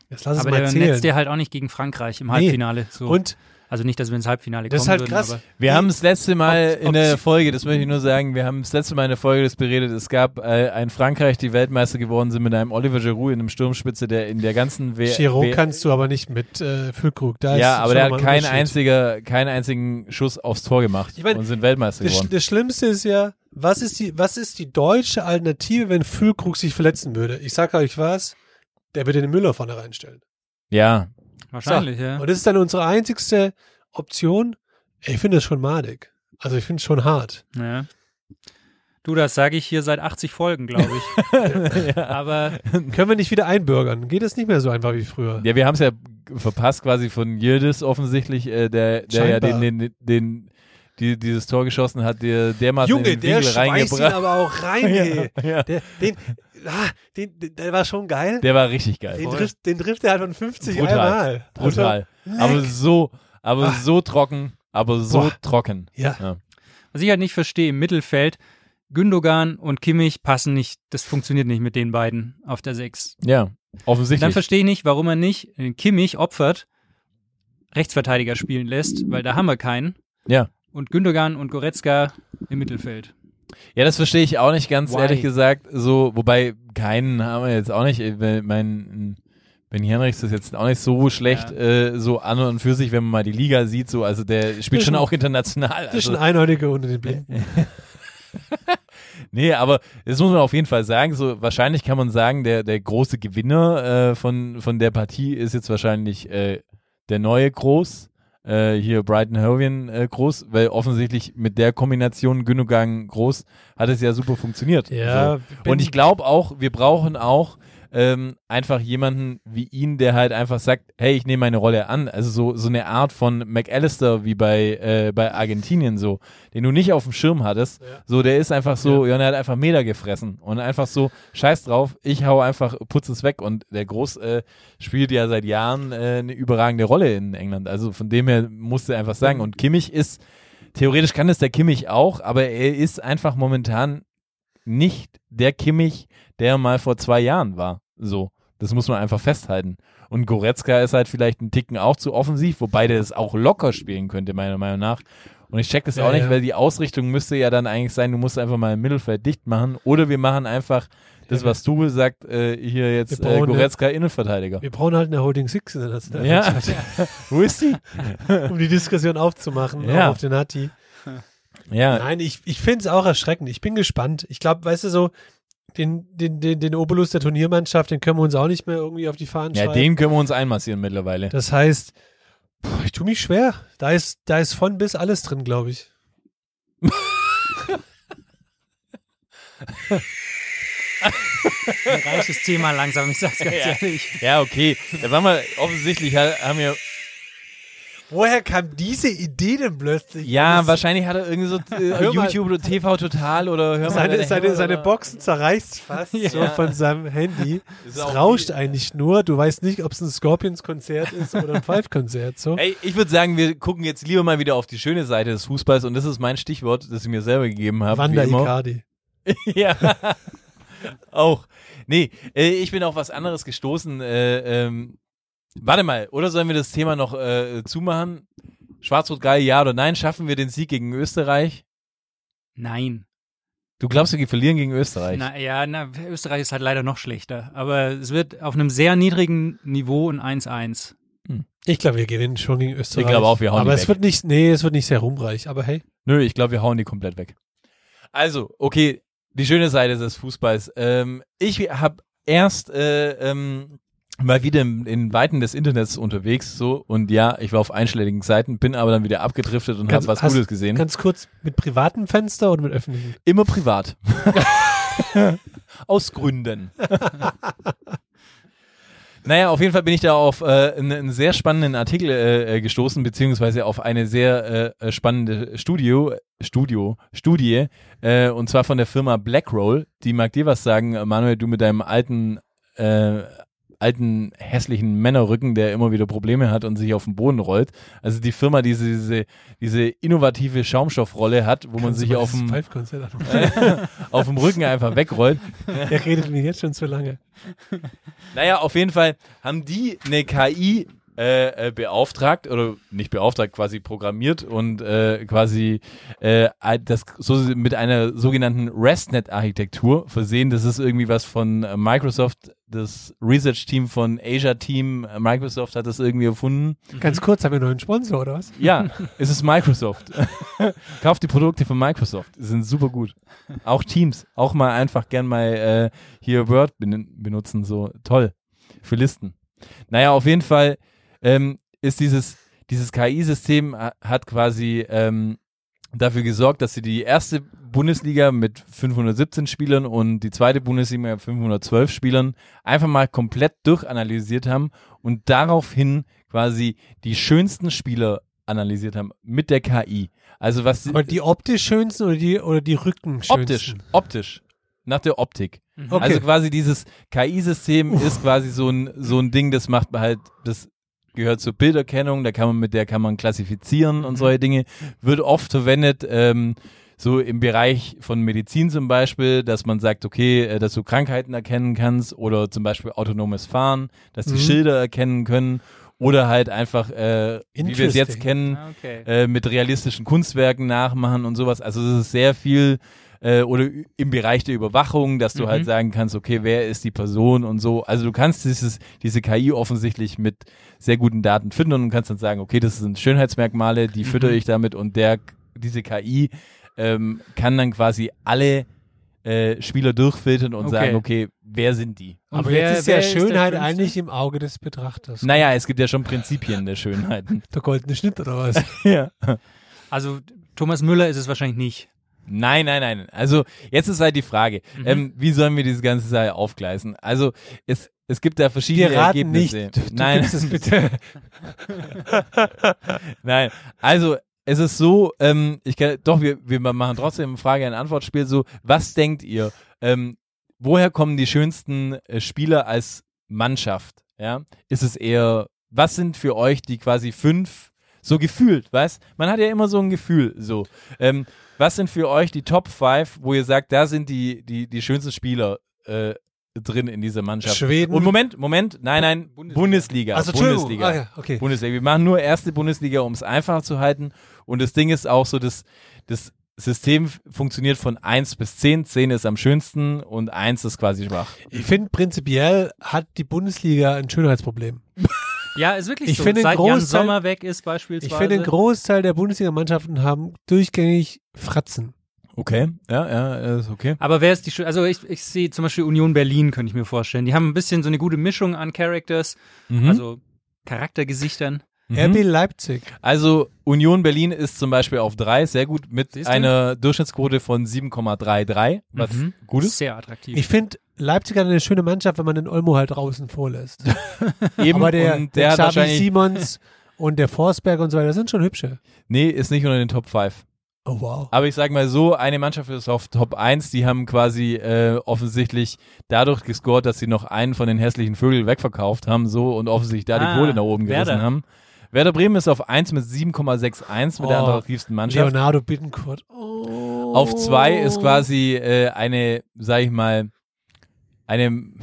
[SPEAKER 8] Jetzt lass
[SPEAKER 2] Aber
[SPEAKER 8] es mal
[SPEAKER 2] der
[SPEAKER 8] zählen.
[SPEAKER 2] netzt der halt auch nicht gegen Frankreich im
[SPEAKER 8] Nee.
[SPEAKER 2] Halbfinale. So.
[SPEAKER 8] und
[SPEAKER 2] also nicht, dass wir ins Halbfinale
[SPEAKER 8] das ist
[SPEAKER 2] kommen
[SPEAKER 8] halt
[SPEAKER 2] würden,
[SPEAKER 8] krass.
[SPEAKER 2] aber
[SPEAKER 7] Wir haben das letzte Mal
[SPEAKER 8] Ob- ob
[SPEAKER 7] in der
[SPEAKER 8] sie-
[SPEAKER 7] Folge, das möchte ich nur sagen, wir haben das letzte Mal in der Folge das beredet. Es gab äh, ein Frankreich, die Weltmeister geworden sind mit einem Oliver Giroud in einem Sturmspitze, der in der ganzen W-
[SPEAKER 8] Giroud
[SPEAKER 7] W-
[SPEAKER 8] kannst du aber nicht mit äh, Füllkrug. Da
[SPEAKER 7] ja,
[SPEAKER 8] ist
[SPEAKER 7] aber
[SPEAKER 8] schon
[SPEAKER 7] der
[SPEAKER 8] mal
[SPEAKER 7] hat
[SPEAKER 8] ein
[SPEAKER 7] keinen,
[SPEAKER 8] Unterschied.
[SPEAKER 7] einziger, keinen einzigen Schuss aufs Tor gemacht
[SPEAKER 8] Ich mein,
[SPEAKER 7] und sind Weltmeister
[SPEAKER 8] Das,
[SPEAKER 7] geworden.
[SPEAKER 8] Sch- das Schlimmste ist ja, was ist die, was ist die deutsche Alternative, wenn Füllkrug sich verletzen würde? Ich sag euch was, der würde den Müller vorne reinstellen.
[SPEAKER 7] Ja,
[SPEAKER 8] (laughs)
[SPEAKER 2] wahrscheinlich, ja.
[SPEAKER 8] Und das ist dann unsere einzigste Option. Ich finde das schon madig. Also ich finde es schon hart.
[SPEAKER 2] ja. Du, das sage ich hier seit 80 Folgen, glaube
[SPEAKER 8] (laughs)
[SPEAKER 2] ich. Aber
[SPEAKER 8] Können wir nicht wieder einbürgern? Geht es nicht mehr so einfach wie
[SPEAKER 7] (laughs)
[SPEAKER 8] früher?
[SPEAKER 7] Hm. Ja, wir haben es ja g- verpasst quasi von Yildiz offensichtlich, äh, der, der ja den,
[SPEAKER 8] Scheinbar.
[SPEAKER 7] den, den, die, dieses Tor geschossen hat, der dermaßen in den Winkel reingebracht.
[SPEAKER 8] aber auch rein. ey.
[SPEAKER 7] (laughs) ja.
[SPEAKER 8] Der, den, ah, den, den, der war schon geil.
[SPEAKER 7] Der war richtig geil.
[SPEAKER 8] den, trifft, den trifft er halt von 50
[SPEAKER 7] Brutal.
[SPEAKER 8] einmal.
[SPEAKER 7] Brutal.
[SPEAKER 8] Also,
[SPEAKER 7] aber
[SPEAKER 8] leck. Ah.
[SPEAKER 7] so, aber so trocken, aber so
[SPEAKER 8] Boah.
[SPEAKER 7] trocken.
[SPEAKER 8] ja.
[SPEAKER 2] was ich halt nicht verstehe, im Mittelfeld, Gündogan und Kimmich passen nicht. Das funktioniert nicht mit den beiden auf der 6.
[SPEAKER 7] Ja,
[SPEAKER 2] Dann
[SPEAKER 7] offensichtlich.
[SPEAKER 2] verstehe ich nicht, warum er nicht den Kimmich opfert, Rechtsverteidiger spielen lässt, weil da haben wir keinen.
[SPEAKER 7] Ja.
[SPEAKER 2] Und Gündogan und Goretzka im Mittelfeld.
[SPEAKER 7] Ja, das verstehe ich auch nicht ganz
[SPEAKER 2] Why?
[SPEAKER 7] ehrlich gesagt. So, wobei keinen haben wir jetzt auch nicht. Äh, weil Mein Ben Henrichs ist jetzt auch nicht so schlecht,
[SPEAKER 2] Ja.
[SPEAKER 7] äh, so an und für sich, wenn man mal die Liga sieht. So, also der spielt schon
[SPEAKER 8] Zwischen-
[SPEAKER 7] auch international.
[SPEAKER 8] Zwischen
[SPEAKER 7] Also,
[SPEAKER 8] Einäugige und den Blinden.
[SPEAKER 7] nee, aber das muss man auf jeden Fall sagen. So wahrscheinlich kann man sagen, der der große Gewinner äh, von von der Partie ist jetzt wahrscheinlich äh, der neue Groß. Äh, hier Brighton Hervian äh, groß, weil offensichtlich mit der Kombination Gündogan groß hat es ja super funktioniert. so.
[SPEAKER 8] Ja, bin-
[SPEAKER 7] Und ich glaube auch, wir brauchen auch ähm, einfach jemanden wie ihn, der halt einfach sagt, hey, ich nehme meine Rolle an. Also so, so eine Art von McAllister wie bei, äh, bei Argentinien so, den du nicht auf dem Schirm hattest. So, der ist einfach so, ja. und er hat einfach Meter gefressen und einfach so, scheiß drauf, ich hau einfach, putz es weg. Und der Groß äh, spielt ja seit Jahren äh, eine überragende Rolle in England. Also von dem her musste einfach
[SPEAKER 8] Mhm.
[SPEAKER 7] sagen. Und Kimmich ist, theoretisch kann es der Kimmich auch, aber er ist einfach momentan nicht der Kimmich, der mal vor zwei Jahren war. So, das muss man einfach festhalten. Und Goretzka ist halt vielleicht einen Ticken auch zu offensiv, wobei der es auch locker spielen könnte, meiner Meinung nach. Und ich check das
[SPEAKER 8] Ja,
[SPEAKER 7] auch nicht,
[SPEAKER 8] ja.
[SPEAKER 7] weil die Ausrichtung müsste ja dann eigentlich sein, du musst einfach mal im Mittelfeld dicht machen. Oder wir machen einfach das, was du gesagt, äh, hier jetzt
[SPEAKER 8] Wir
[SPEAKER 7] äh,
[SPEAKER 8] brauchen eine-
[SPEAKER 7] Goretzka Innenverteidiger.
[SPEAKER 8] wir brauchen halt eine Holding Six in der Nationalmannschaft,
[SPEAKER 7] (laughs) Ja, wo ist die?
[SPEAKER 8] um die Diskussion aufzumachen
[SPEAKER 7] Ja.
[SPEAKER 8] auch auf den Hatti.
[SPEAKER 7] Ja,
[SPEAKER 8] Nein, ich, ich finde es auch erschreckend. Ich bin gespannt. Ich glaube, weißt du so, den, den, den, den Obolus der Turniermannschaft, den können wir uns auch nicht mehr irgendwie auf die Fahnen
[SPEAKER 7] ja
[SPEAKER 8] schreiben.
[SPEAKER 7] den können wir uns einmassieren mittlerweile.
[SPEAKER 8] Das heißt, puh, ich tue mich schwer. Da ist, da ist von bis alles drin, glaube ich.
[SPEAKER 2] Ein reiches Thema langsam,
[SPEAKER 8] (laughs)
[SPEAKER 2] ich sag's ganz ehrlich.
[SPEAKER 7] Ja, okay. Da waren wir offensichtlich, ha- haben wir
[SPEAKER 8] Woher kam diese Idee denn plötzlich?
[SPEAKER 7] Ja,
[SPEAKER 8] Das-
[SPEAKER 7] wahrscheinlich hat er irgendwie so äh,
[SPEAKER 8] Hör mal.
[SPEAKER 7] YouTube oder TV Total oder hör mal
[SPEAKER 8] Seine,
[SPEAKER 7] deine
[SPEAKER 8] seine,
[SPEAKER 7] Hände
[SPEAKER 8] seine
[SPEAKER 7] oder-
[SPEAKER 8] Boxen
[SPEAKER 7] (laughs)
[SPEAKER 8] zerreißt fast so von seinem Handy. Es
[SPEAKER 7] auch
[SPEAKER 8] rauscht
[SPEAKER 7] die-
[SPEAKER 8] eigentlich nur. Du weißt nicht, ob es ein Scorpions-Konzert ist
[SPEAKER 7] (laughs)
[SPEAKER 8] oder ein Five-Konzert. So.
[SPEAKER 7] Ey, ich würde sagen, wir gucken jetzt lieber mal wieder auf die schöne Seite des Fußballs und das ist mein Stichwort, das ich mir selber gegeben habe.
[SPEAKER 8] Wanda
[SPEAKER 7] wie immer. (laughs)
[SPEAKER 8] Icardi.
[SPEAKER 7] ja. auch. Nee, äh, ich bin auf was anderes gestoßen. Äh, ähm, warte mal, oder sollen wir das Thema noch äh, zumachen? Schwarz-Rot geil, ja oder nein? Schaffen wir den Sieg gegen Österreich?
[SPEAKER 2] Nein.
[SPEAKER 7] Du glaubst, wir verlieren gegen Österreich?
[SPEAKER 2] Na, ja, na, Österreich ist halt leider noch schlechter. Aber es wird auf einem sehr niedrigen Niveau ein 1-1.
[SPEAKER 8] Ich glaube, wir gewinnen schon gegen Österreich.
[SPEAKER 7] glaube auch, wir hauen
[SPEAKER 8] Aber
[SPEAKER 7] die
[SPEAKER 8] es
[SPEAKER 7] weg.
[SPEAKER 8] wird nicht, nee, es wird nicht sehr ruhmreich. Aber hey,
[SPEAKER 7] Nö, ich glaube, wir hauen die komplett weg. Also, okay, die schöne Seite des Fußballs. Ähm, ich habe erst äh, ähm, mal wieder in, in Weiten des Internets unterwegs, so und ja, ich war auf einschlägigen Seiten, bin aber dann wieder abgedriftet und habe
[SPEAKER 8] Ganz-
[SPEAKER 7] was
[SPEAKER 8] hast-
[SPEAKER 7] Cooles gesehen.
[SPEAKER 8] ganz kurz mit privatem Fenster und mit öffentlichem.
[SPEAKER 7] Immer privat. (laughs) Aus Gründen. (laughs) naja, auf jeden Fall bin ich da auf äh, einen, einen sehr spannenden Artikel äh, äh, gestoßen, beziehungsweise auf eine sehr äh, äh, spannende Studio, Studio, Studie, äh, und zwar von der Firma Blackroll. Die mag dir was sagen, Manuel, du mit deinem alten, äh, alten hässlichen Männerrücken, der immer wieder Probleme hat und sich auf den Boden rollt. Also die Firma, die diese, diese, diese innovative Schaumstoffrolle hat, wo man
[SPEAKER 8] Kannst du
[SPEAKER 7] sich
[SPEAKER 8] mal
[SPEAKER 7] auf
[SPEAKER 8] dieses
[SPEAKER 7] dem
[SPEAKER 8] Five-Konzert
[SPEAKER 7] (laughs)
[SPEAKER 8] anmachen?
[SPEAKER 7] auf dem Rücken einfach wegrollt.
[SPEAKER 8] Der redet mir jetzt schon zu lange.
[SPEAKER 7] Naja, auf jeden Fall haben die eine KI äh, äh, beauftragt oder nicht beauftragt, quasi programmiert und äh, quasi äh, das so mit einer sogenannten ResNet-Architektur versehen. Das ist irgendwie was von äh, Microsoft, das Research-Team von Asia-Team. äh, Microsoft hat das irgendwie erfunden.
[SPEAKER 8] Ganz kurz, haben wir einen neuen Sponsor oder was?
[SPEAKER 7] Ja, (laughs) es ist (laughs) Microsoft. Kauft die Produkte von Microsoft. Die sind super gut. Auch Teams. Auch mal einfach gern mal äh, hier Word ben benutzen. So toll. Für Listen. Naja, auf jeden Fall ähm, ist dieses, dieses KI-System ha- hat quasi ähm, dafür gesorgt, dass sie die erste Bundesliga mit 517 Spielern und die zweite Bundesliga mit 512 Spielern einfach mal komplett durchanalysiert haben und daraufhin quasi die schönsten Spieler analysiert haben mit der KI. Also was sie-
[SPEAKER 8] Aber die optisch schönsten oder die, oder die Rücken
[SPEAKER 7] optisch,
[SPEAKER 8] schönsten? Mhm.
[SPEAKER 7] optisch, nach der Optik.
[SPEAKER 8] Okay.
[SPEAKER 7] Also quasi dieses KI-System ist quasi so ein, so ein Ding, das macht man halt, das gehört zur Bilderkennung, da kann man, mit der kann man klassifizieren
[SPEAKER 8] Mhm.
[SPEAKER 7] und solche Dinge. Wird oft verwendet, ähm, so im Bereich von Medizin zum Beispiel, dass man sagt, okay, äh, dass du Krankheiten erkennen kannst oder zum Beispiel autonomes Fahren, dass
[SPEAKER 8] Mhm.
[SPEAKER 7] die Schilder erkennen können oder halt einfach, äh, wie wir es jetzt
[SPEAKER 8] Interesting.
[SPEAKER 7] kennen,
[SPEAKER 2] Ah, Okay.
[SPEAKER 7] äh, mit realistischen Kunstwerken nachmachen und sowas. Also es ist sehr viel äh, oder ü- im Bereich der Überwachung, dass du halt sagen kannst, okay, wer ist die Person und so. Also du kannst dieses, diese KI offensichtlich mit sehr guten Daten füttern und kannst dann sagen, okay, das sind Schönheitsmerkmale, die füttere ich damit und der, diese KI ähm, kann dann quasi alle äh, Spieler durchfiltern und
[SPEAKER 2] Okay.
[SPEAKER 7] sagen, okay, wer sind die?
[SPEAKER 2] Und
[SPEAKER 8] Aber
[SPEAKER 2] wer-
[SPEAKER 8] jetzt ist ja
[SPEAKER 2] wer ist der
[SPEAKER 8] Schönheit
[SPEAKER 2] Schönste?
[SPEAKER 8] eigentlich im Auge des Betrachters.
[SPEAKER 7] Naja, es gibt ja schon Prinzipien der Schönheiten.
[SPEAKER 8] Der goldene Schnitt oder was?
[SPEAKER 7] (laughs) ja.
[SPEAKER 2] Also Thomas Müller ist es wahrscheinlich nicht.
[SPEAKER 7] Nein, nein, nein. Also jetzt ist halt die Frage,
[SPEAKER 8] Mhm.
[SPEAKER 7] ähm, wie sollen wir diese ganze Sache aufgleisen? Also es, es gibt da verschiedene
[SPEAKER 8] Wir raten nicht.
[SPEAKER 7] Ergebnisse.
[SPEAKER 8] Du, du
[SPEAKER 7] nein,
[SPEAKER 8] gibst es bitte.
[SPEAKER 7] (laughs) nein. Also es ist so, ähm, ich kann, doch, wir, wir machen trotzdem ein Frage- und Antwortspiel so, was denkt ihr? Ähm, woher kommen die schönsten äh, Spieler als Mannschaft? Ja, ist es eher, was sind für euch die quasi fünf, so gefühlt, weißt? Man hat ja immer so ein Gefühl, so. Ähm, was sind für euch die Top 5, wo ihr sagt, da sind die, die, die schönsten Spieler äh, drin in dieser Mannschaft?
[SPEAKER 8] Schweden.
[SPEAKER 7] Und Moment, Moment, nein, nein, Bundesliga.
[SPEAKER 8] Also Entschuldigung.
[SPEAKER 7] Bundesliga.
[SPEAKER 8] Ah, ja, okay.
[SPEAKER 7] (laughs) Bundesliga. Wir machen nur erste Bundesliga, um es einfach zu halten. Und das Ding ist auch so, dass das System f- funktioniert von 1 bis 10. 10 ist am schönsten und 1 ist quasi schwach.
[SPEAKER 8] Ich finde, prinzipiell hat die Bundesliga ein Schönheitsproblem.
[SPEAKER 2] Ja, ist wirklich
[SPEAKER 8] Ich
[SPEAKER 2] so.
[SPEAKER 8] finde,
[SPEAKER 2] Seit
[SPEAKER 8] Großteil-
[SPEAKER 2] Jan Sommer weg ist beispielsweise.
[SPEAKER 8] Ich finde, ein Großteil der Bundesliga-Mannschaften haben durchgängig Fratzen.
[SPEAKER 7] Okay, ja, ja, ist okay.
[SPEAKER 2] Aber wer ist die schön? Also ich, ich sehe zum Beispiel Union Berlin, könnte ich mir vorstellen. Die haben ein bisschen so eine gute Mischung an Characters,
[SPEAKER 7] Mhm.
[SPEAKER 8] Mhm.
[SPEAKER 2] also Charaktergesichtern.
[SPEAKER 8] RB Leipzig.
[SPEAKER 7] Also Union Berlin ist zum Beispiel auf 3 sehr gut mit
[SPEAKER 2] Siehst du?
[SPEAKER 7] einer Durchschnittsquote von 7,33, was
[SPEAKER 2] Mhm.
[SPEAKER 7] gut ist.
[SPEAKER 2] Sehr attraktiv.
[SPEAKER 8] Ich finde, Leipzig hat eine schöne Mannschaft, wenn man den Olmo halt draußen vorlässt.
[SPEAKER 7] Eben,
[SPEAKER 8] Aber der,
[SPEAKER 7] und der
[SPEAKER 8] der
[SPEAKER 7] hat
[SPEAKER 8] Xavi
[SPEAKER 7] wahrscheinlich, (laughs)
[SPEAKER 8] Simons und der Forsberg und so weiter sind schon hübsche.
[SPEAKER 7] nee, ist nicht unter den Top 5.
[SPEAKER 8] Oh wow.
[SPEAKER 7] Aber ich sag mal so, eine Mannschaft ist auf Top 1, die haben quasi äh, offensichtlich dadurch gescored, dass sie noch einen von den hässlichen Vögeln wegverkauft haben, so und offensichtlich da
[SPEAKER 2] Ah,
[SPEAKER 7] die Kohle nach oben gerissen
[SPEAKER 2] Werder.
[SPEAKER 7] haben. Werder Bremen ist auf 1 mit 7,61 mit der
[SPEAKER 8] Oh,
[SPEAKER 7] attraktivsten Mannschaft.
[SPEAKER 8] Leonardo Bittencourt. Oh.
[SPEAKER 7] Auf 2 ist quasi äh, eine, sag ich mal, eine,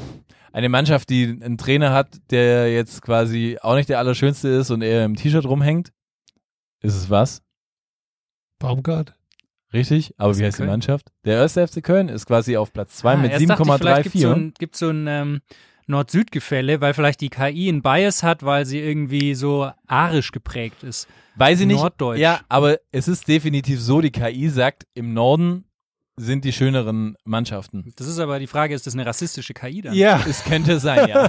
[SPEAKER 7] eine Mannschaft, die einen Trainer hat, der jetzt quasi auch nicht der Allerschönste ist und eher im T-Shirt rumhängt. Ist es was?
[SPEAKER 8] Baumgart.
[SPEAKER 7] Richtig, aber wie heißt
[SPEAKER 2] Köln?
[SPEAKER 7] die Mannschaft? Der 1. FC Köln ist quasi auf Platz 2
[SPEAKER 2] Ah,
[SPEAKER 7] mit
[SPEAKER 2] erst dachte ich, vielleicht gibt's
[SPEAKER 7] 7,34.
[SPEAKER 2] so ein- Gibt so ein ähm, Nord-Süd-Gefälle, weil vielleicht die KI einen Bias hat, weil sie irgendwie so arisch geprägt ist.
[SPEAKER 7] Weiß ich nicht.
[SPEAKER 2] Norddeutsch.
[SPEAKER 7] Ja, aber es ist definitiv so, die KI sagt, im Norden sind die schöneren Mannschaften.
[SPEAKER 2] Das ist aber die Frage, ist das eine rassistische KI dann?
[SPEAKER 8] Ja.
[SPEAKER 7] Es könnte sein,
[SPEAKER 2] (laughs)
[SPEAKER 7] ja.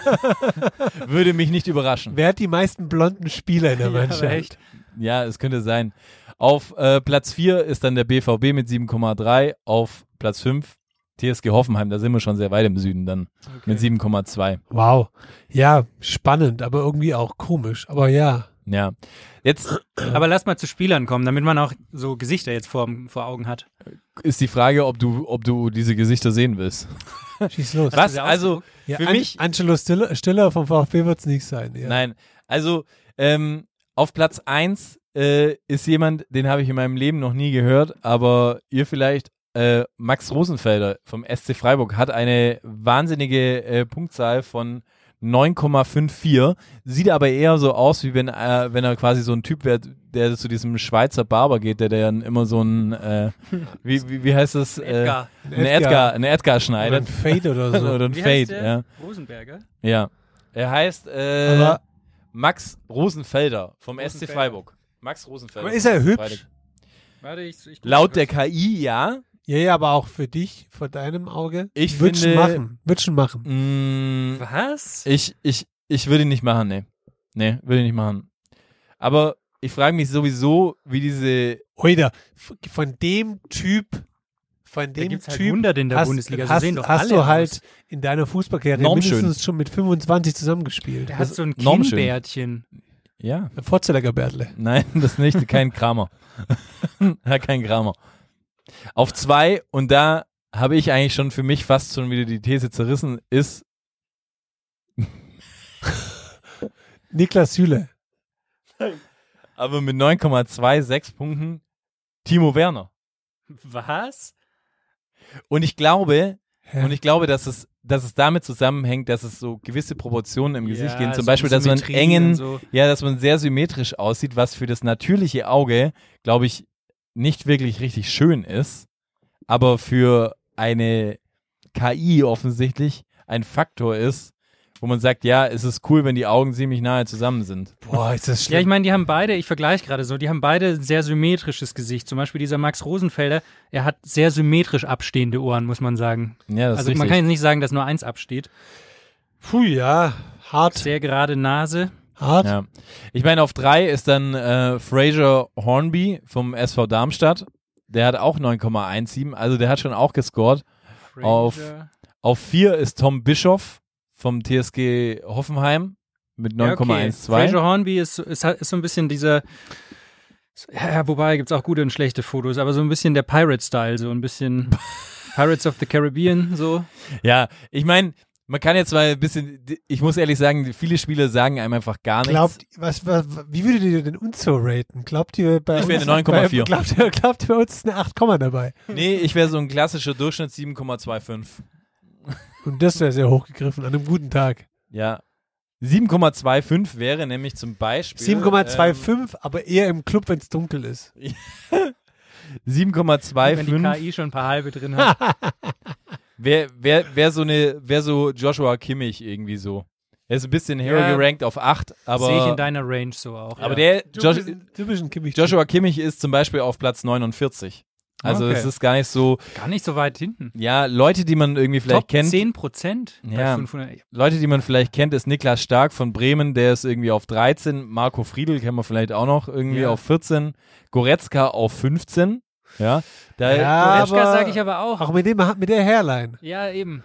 [SPEAKER 7] Würde mich nicht überraschen.
[SPEAKER 8] Wer hat die meisten blonden
[SPEAKER 7] (laughs)
[SPEAKER 8] Spieler in der
[SPEAKER 2] aber
[SPEAKER 8] Mannschaft?
[SPEAKER 2] echt.
[SPEAKER 7] Ja, es könnte sein. Auf äh, Platz 4 ist dann der BVB mit 7,3. Auf Platz 5 TSG Hoffenheim. Da sind wir schon sehr weit im Süden dann. Mit 7,2.
[SPEAKER 8] Wow. Ja, spannend, aber irgendwie auch komisch. Aber ja.
[SPEAKER 7] Ja. Jetzt
[SPEAKER 2] Aber lass mal zu Spielern kommen, damit man auch so Gesichter jetzt vor, vor Augen hat.
[SPEAKER 7] ist die Frage, ob du, ob du diese Gesichter sehen willst.
[SPEAKER 8] Schieß los.
[SPEAKER 2] du
[SPEAKER 7] Was?
[SPEAKER 2] sie
[SPEAKER 7] Also,
[SPEAKER 8] Ja,
[SPEAKER 7] für
[SPEAKER 8] An-
[SPEAKER 7] mich.
[SPEAKER 8] Angelo Stiller, Stiller vom VfB wird es nicht sein. Ja.
[SPEAKER 7] Nein. Also, ähm, auf Platz 1 äh, ist jemand, den habe ich in meinem Leben noch nie gehört, aber ihr vielleicht. Äh, Max Rosenfelder vom SC Freiburg hat eine wahnsinnige äh, Punktzahl von 9,54. Sieht aber eher so aus, wie wenn, äh, wenn er quasi so ein Typ wäre, der zu diesem Schweizer Barber geht, der dann immer so ein, äh, wie, wie, wie heißt das?
[SPEAKER 2] Edgar. Also,
[SPEAKER 7] Äh, ein Edgar, ein Edgar
[SPEAKER 8] Oder
[SPEAKER 7] schneidet.
[SPEAKER 8] ein Fade oder
[SPEAKER 2] (laughs)
[SPEAKER 8] so.
[SPEAKER 7] oder ein
[SPEAKER 2] Wie heißt
[SPEAKER 7] Fade,
[SPEAKER 2] der?
[SPEAKER 7] ja.
[SPEAKER 2] Rosenberger?
[SPEAKER 7] Ja. Er heißt äh,
[SPEAKER 8] Aber-
[SPEAKER 7] Max Rosenfelder vom SC Freiburg. Max Rosenfelder.
[SPEAKER 8] Aber ist er
[SPEAKER 7] vom SC
[SPEAKER 8] hübsch?
[SPEAKER 7] Freiburg.
[SPEAKER 2] Warte, ich, ich
[SPEAKER 7] Laut der KI, ja.
[SPEAKER 8] ja, ja, aber auch für dich, vor deinem Auge.
[SPEAKER 7] Ich
[SPEAKER 8] Würd schon
[SPEAKER 7] finde-
[SPEAKER 8] machen. Würd schon machen.
[SPEAKER 7] Mm,
[SPEAKER 2] Was?
[SPEAKER 7] ich, ich, ich würde ihn nicht machen, ne. Ne, würde ich nicht machen. Aber ich frage mich sowieso, wie diese.
[SPEAKER 8] Oida, f- von dem Typ, von
[SPEAKER 2] Da
[SPEAKER 8] dem
[SPEAKER 2] gibt's halt
[SPEAKER 8] Typ.
[SPEAKER 2] 100 in der
[SPEAKER 8] hast,
[SPEAKER 2] Bundesliga, so
[SPEAKER 8] hast,
[SPEAKER 2] sehen doch
[SPEAKER 8] hast
[SPEAKER 2] alle
[SPEAKER 8] du
[SPEAKER 2] aus.
[SPEAKER 8] halt in deiner Fußballkarriere
[SPEAKER 7] Normschön.
[SPEAKER 8] mindestens schon mit 25 zusammengespielt.
[SPEAKER 2] Der hat so ein
[SPEAKER 7] enorm schön.
[SPEAKER 2] Kinnbärtchen.
[SPEAKER 7] Ja.
[SPEAKER 8] Vorzellecker Bärtle.
[SPEAKER 7] Nein, (laughs) das nicht. Kein Kramer. (laughs) ja, kein Kramer. Auf zwei, und da habe ich eigentlich schon für mich fast schon wieder die These zerrissen, ist
[SPEAKER 8] Niklas Süle.
[SPEAKER 7] aber mit 9,26 Punkten Timo Werner.
[SPEAKER 2] Was?
[SPEAKER 7] Und ich glaube,
[SPEAKER 8] Hä?
[SPEAKER 7] und ich glaube, dass es, dass es damit zusammenhängt, dass es so gewisse Proportionen im Gesicht
[SPEAKER 2] Ja,
[SPEAKER 7] gehen. Zum
[SPEAKER 2] so
[SPEAKER 7] Beispiel, dass man
[SPEAKER 2] Symmetrie
[SPEAKER 7] engen,
[SPEAKER 2] und so.
[SPEAKER 7] ja, dass man sehr symmetrisch aussieht, was für das natürliche Auge, glaube ich, nicht wirklich richtig schön ist. aber für eine KI offensichtlich ein Faktor ist, wo man sagt, ja, es ist cool, wenn die Augen ziemlich nahe zusammen sind.
[SPEAKER 8] Boah, ist das
[SPEAKER 2] Ja, ich
[SPEAKER 8] schlimm.
[SPEAKER 2] meine, die haben beide, ich vergleiche gerade so, die haben beide ein sehr symmetrisches Gesicht. Zum Beispiel dieser Max Rosenfelder, er hat sehr symmetrisch abstehende Ohren, muss man sagen.
[SPEAKER 7] Ja, das
[SPEAKER 2] Also
[SPEAKER 7] ist
[SPEAKER 2] man kann
[SPEAKER 7] richtig.
[SPEAKER 2] jetzt nicht sagen, dass nur eins absteht.
[SPEAKER 8] Puh, ja. Hart.
[SPEAKER 2] Sehr gerade Nase.
[SPEAKER 8] Hart.
[SPEAKER 7] ja. Ich meine, auf drei ist dann äh, Fraser Hornby vom SV Darmstadt. Der hat auch 9,17, also der hat schon auch gescored. Auf-
[SPEAKER 2] Fraser.
[SPEAKER 7] Auf vier ist Tom Bischoff vom TSG Hoffenheim mit
[SPEAKER 2] Ja, okay.
[SPEAKER 7] 9,12.
[SPEAKER 2] Fraser Hornby ist, ist, halt- ist so ein bisschen dieser. Ja, wobei gibt es auch gute und schlechte Fotos, aber so ein bisschen der Pirate-Style, so ein
[SPEAKER 7] (laughs)
[SPEAKER 2] bisschen Pirates of the Caribbean, so.
[SPEAKER 7] Ja, ich meine, man kann jetzt mal ein bisschen, ich muss ehrlich sagen, viele Spieler sagen einem einfach gar nichts.
[SPEAKER 8] Glaubt, was, was, wie würdet ihr denn uns so raten? Glaubt ihr bei
[SPEAKER 7] Ich
[SPEAKER 8] uns?
[SPEAKER 7] wäre eine 9,4.
[SPEAKER 8] bei- Glaubt ihr, glaubt ihr bei uns eine 8, Komma dabei?
[SPEAKER 7] nee, ich wäre so ein klassischer Durchschnitt 7,25.
[SPEAKER 8] Und das wäre sehr hochgegriffen an einem guten Tag.
[SPEAKER 7] Ja. 7,25 wäre nämlich zum Beispiel.
[SPEAKER 8] 7,25, aber eher im Club, wenn es dunkel ist.
[SPEAKER 7] Ähm,
[SPEAKER 2] Wenn die
[SPEAKER 7] 7,25
[SPEAKER 2] KI schon ein paar halbe drin hat.
[SPEAKER 7] wäre wär, wär so eine, wär so Joshua Kimmich irgendwie so. Er ist ein bisschen hero
[SPEAKER 2] Ja.
[SPEAKER 7] gerankt auf 8,
[SPEAKER 2] Sehe ich in
[SPEAKER 7] (laughs) aber.
[SPEAKER 2] deiner Range so auch.
[SPEAKER 7] aber der Josh,
[SPEAKER 8] Typischen Kimmich.
[SPEAKER 7] Joshua Kimmich ist zum Beispiel auf Platz 49. Also
[SPEAKER 2] Okay.
[SPEAKER 7] es ist gar nicht so,
[SPEAKER 2] Gar nicht so weit hinten.
[SPEAKER 7] ja, Leute, die man irgendwie vielleicht
[SPEAKER 2] Top
[SPEAKER 7] kennt.
[SPEAKER 2] 10 Prozent bei
[SPEAKER 7] Ja.
[SPEAKER 2] 500.
[SPEAKER 7] Leute, die man vielleicht kennt, ist Niklas Stark von Bremen, der ist irgendwie auf 13. Marco Friedl kennen wir vielleicht auch noch irgendwie
[SPEAKER 2] Ja.
[SPEAKER 7] auf 14. Goretzka auf 15. Ja, da,
[SPEAKER 8] Ja.
[SPEAKER 2] Goretzka
[SPEAKER 8] Aber-
[SPEAKER 2] sage ich aber auch.
[SPEAKER 8] Auch mit, dem, mit der Hairline.
[SPEAKER 2] Ja, eben.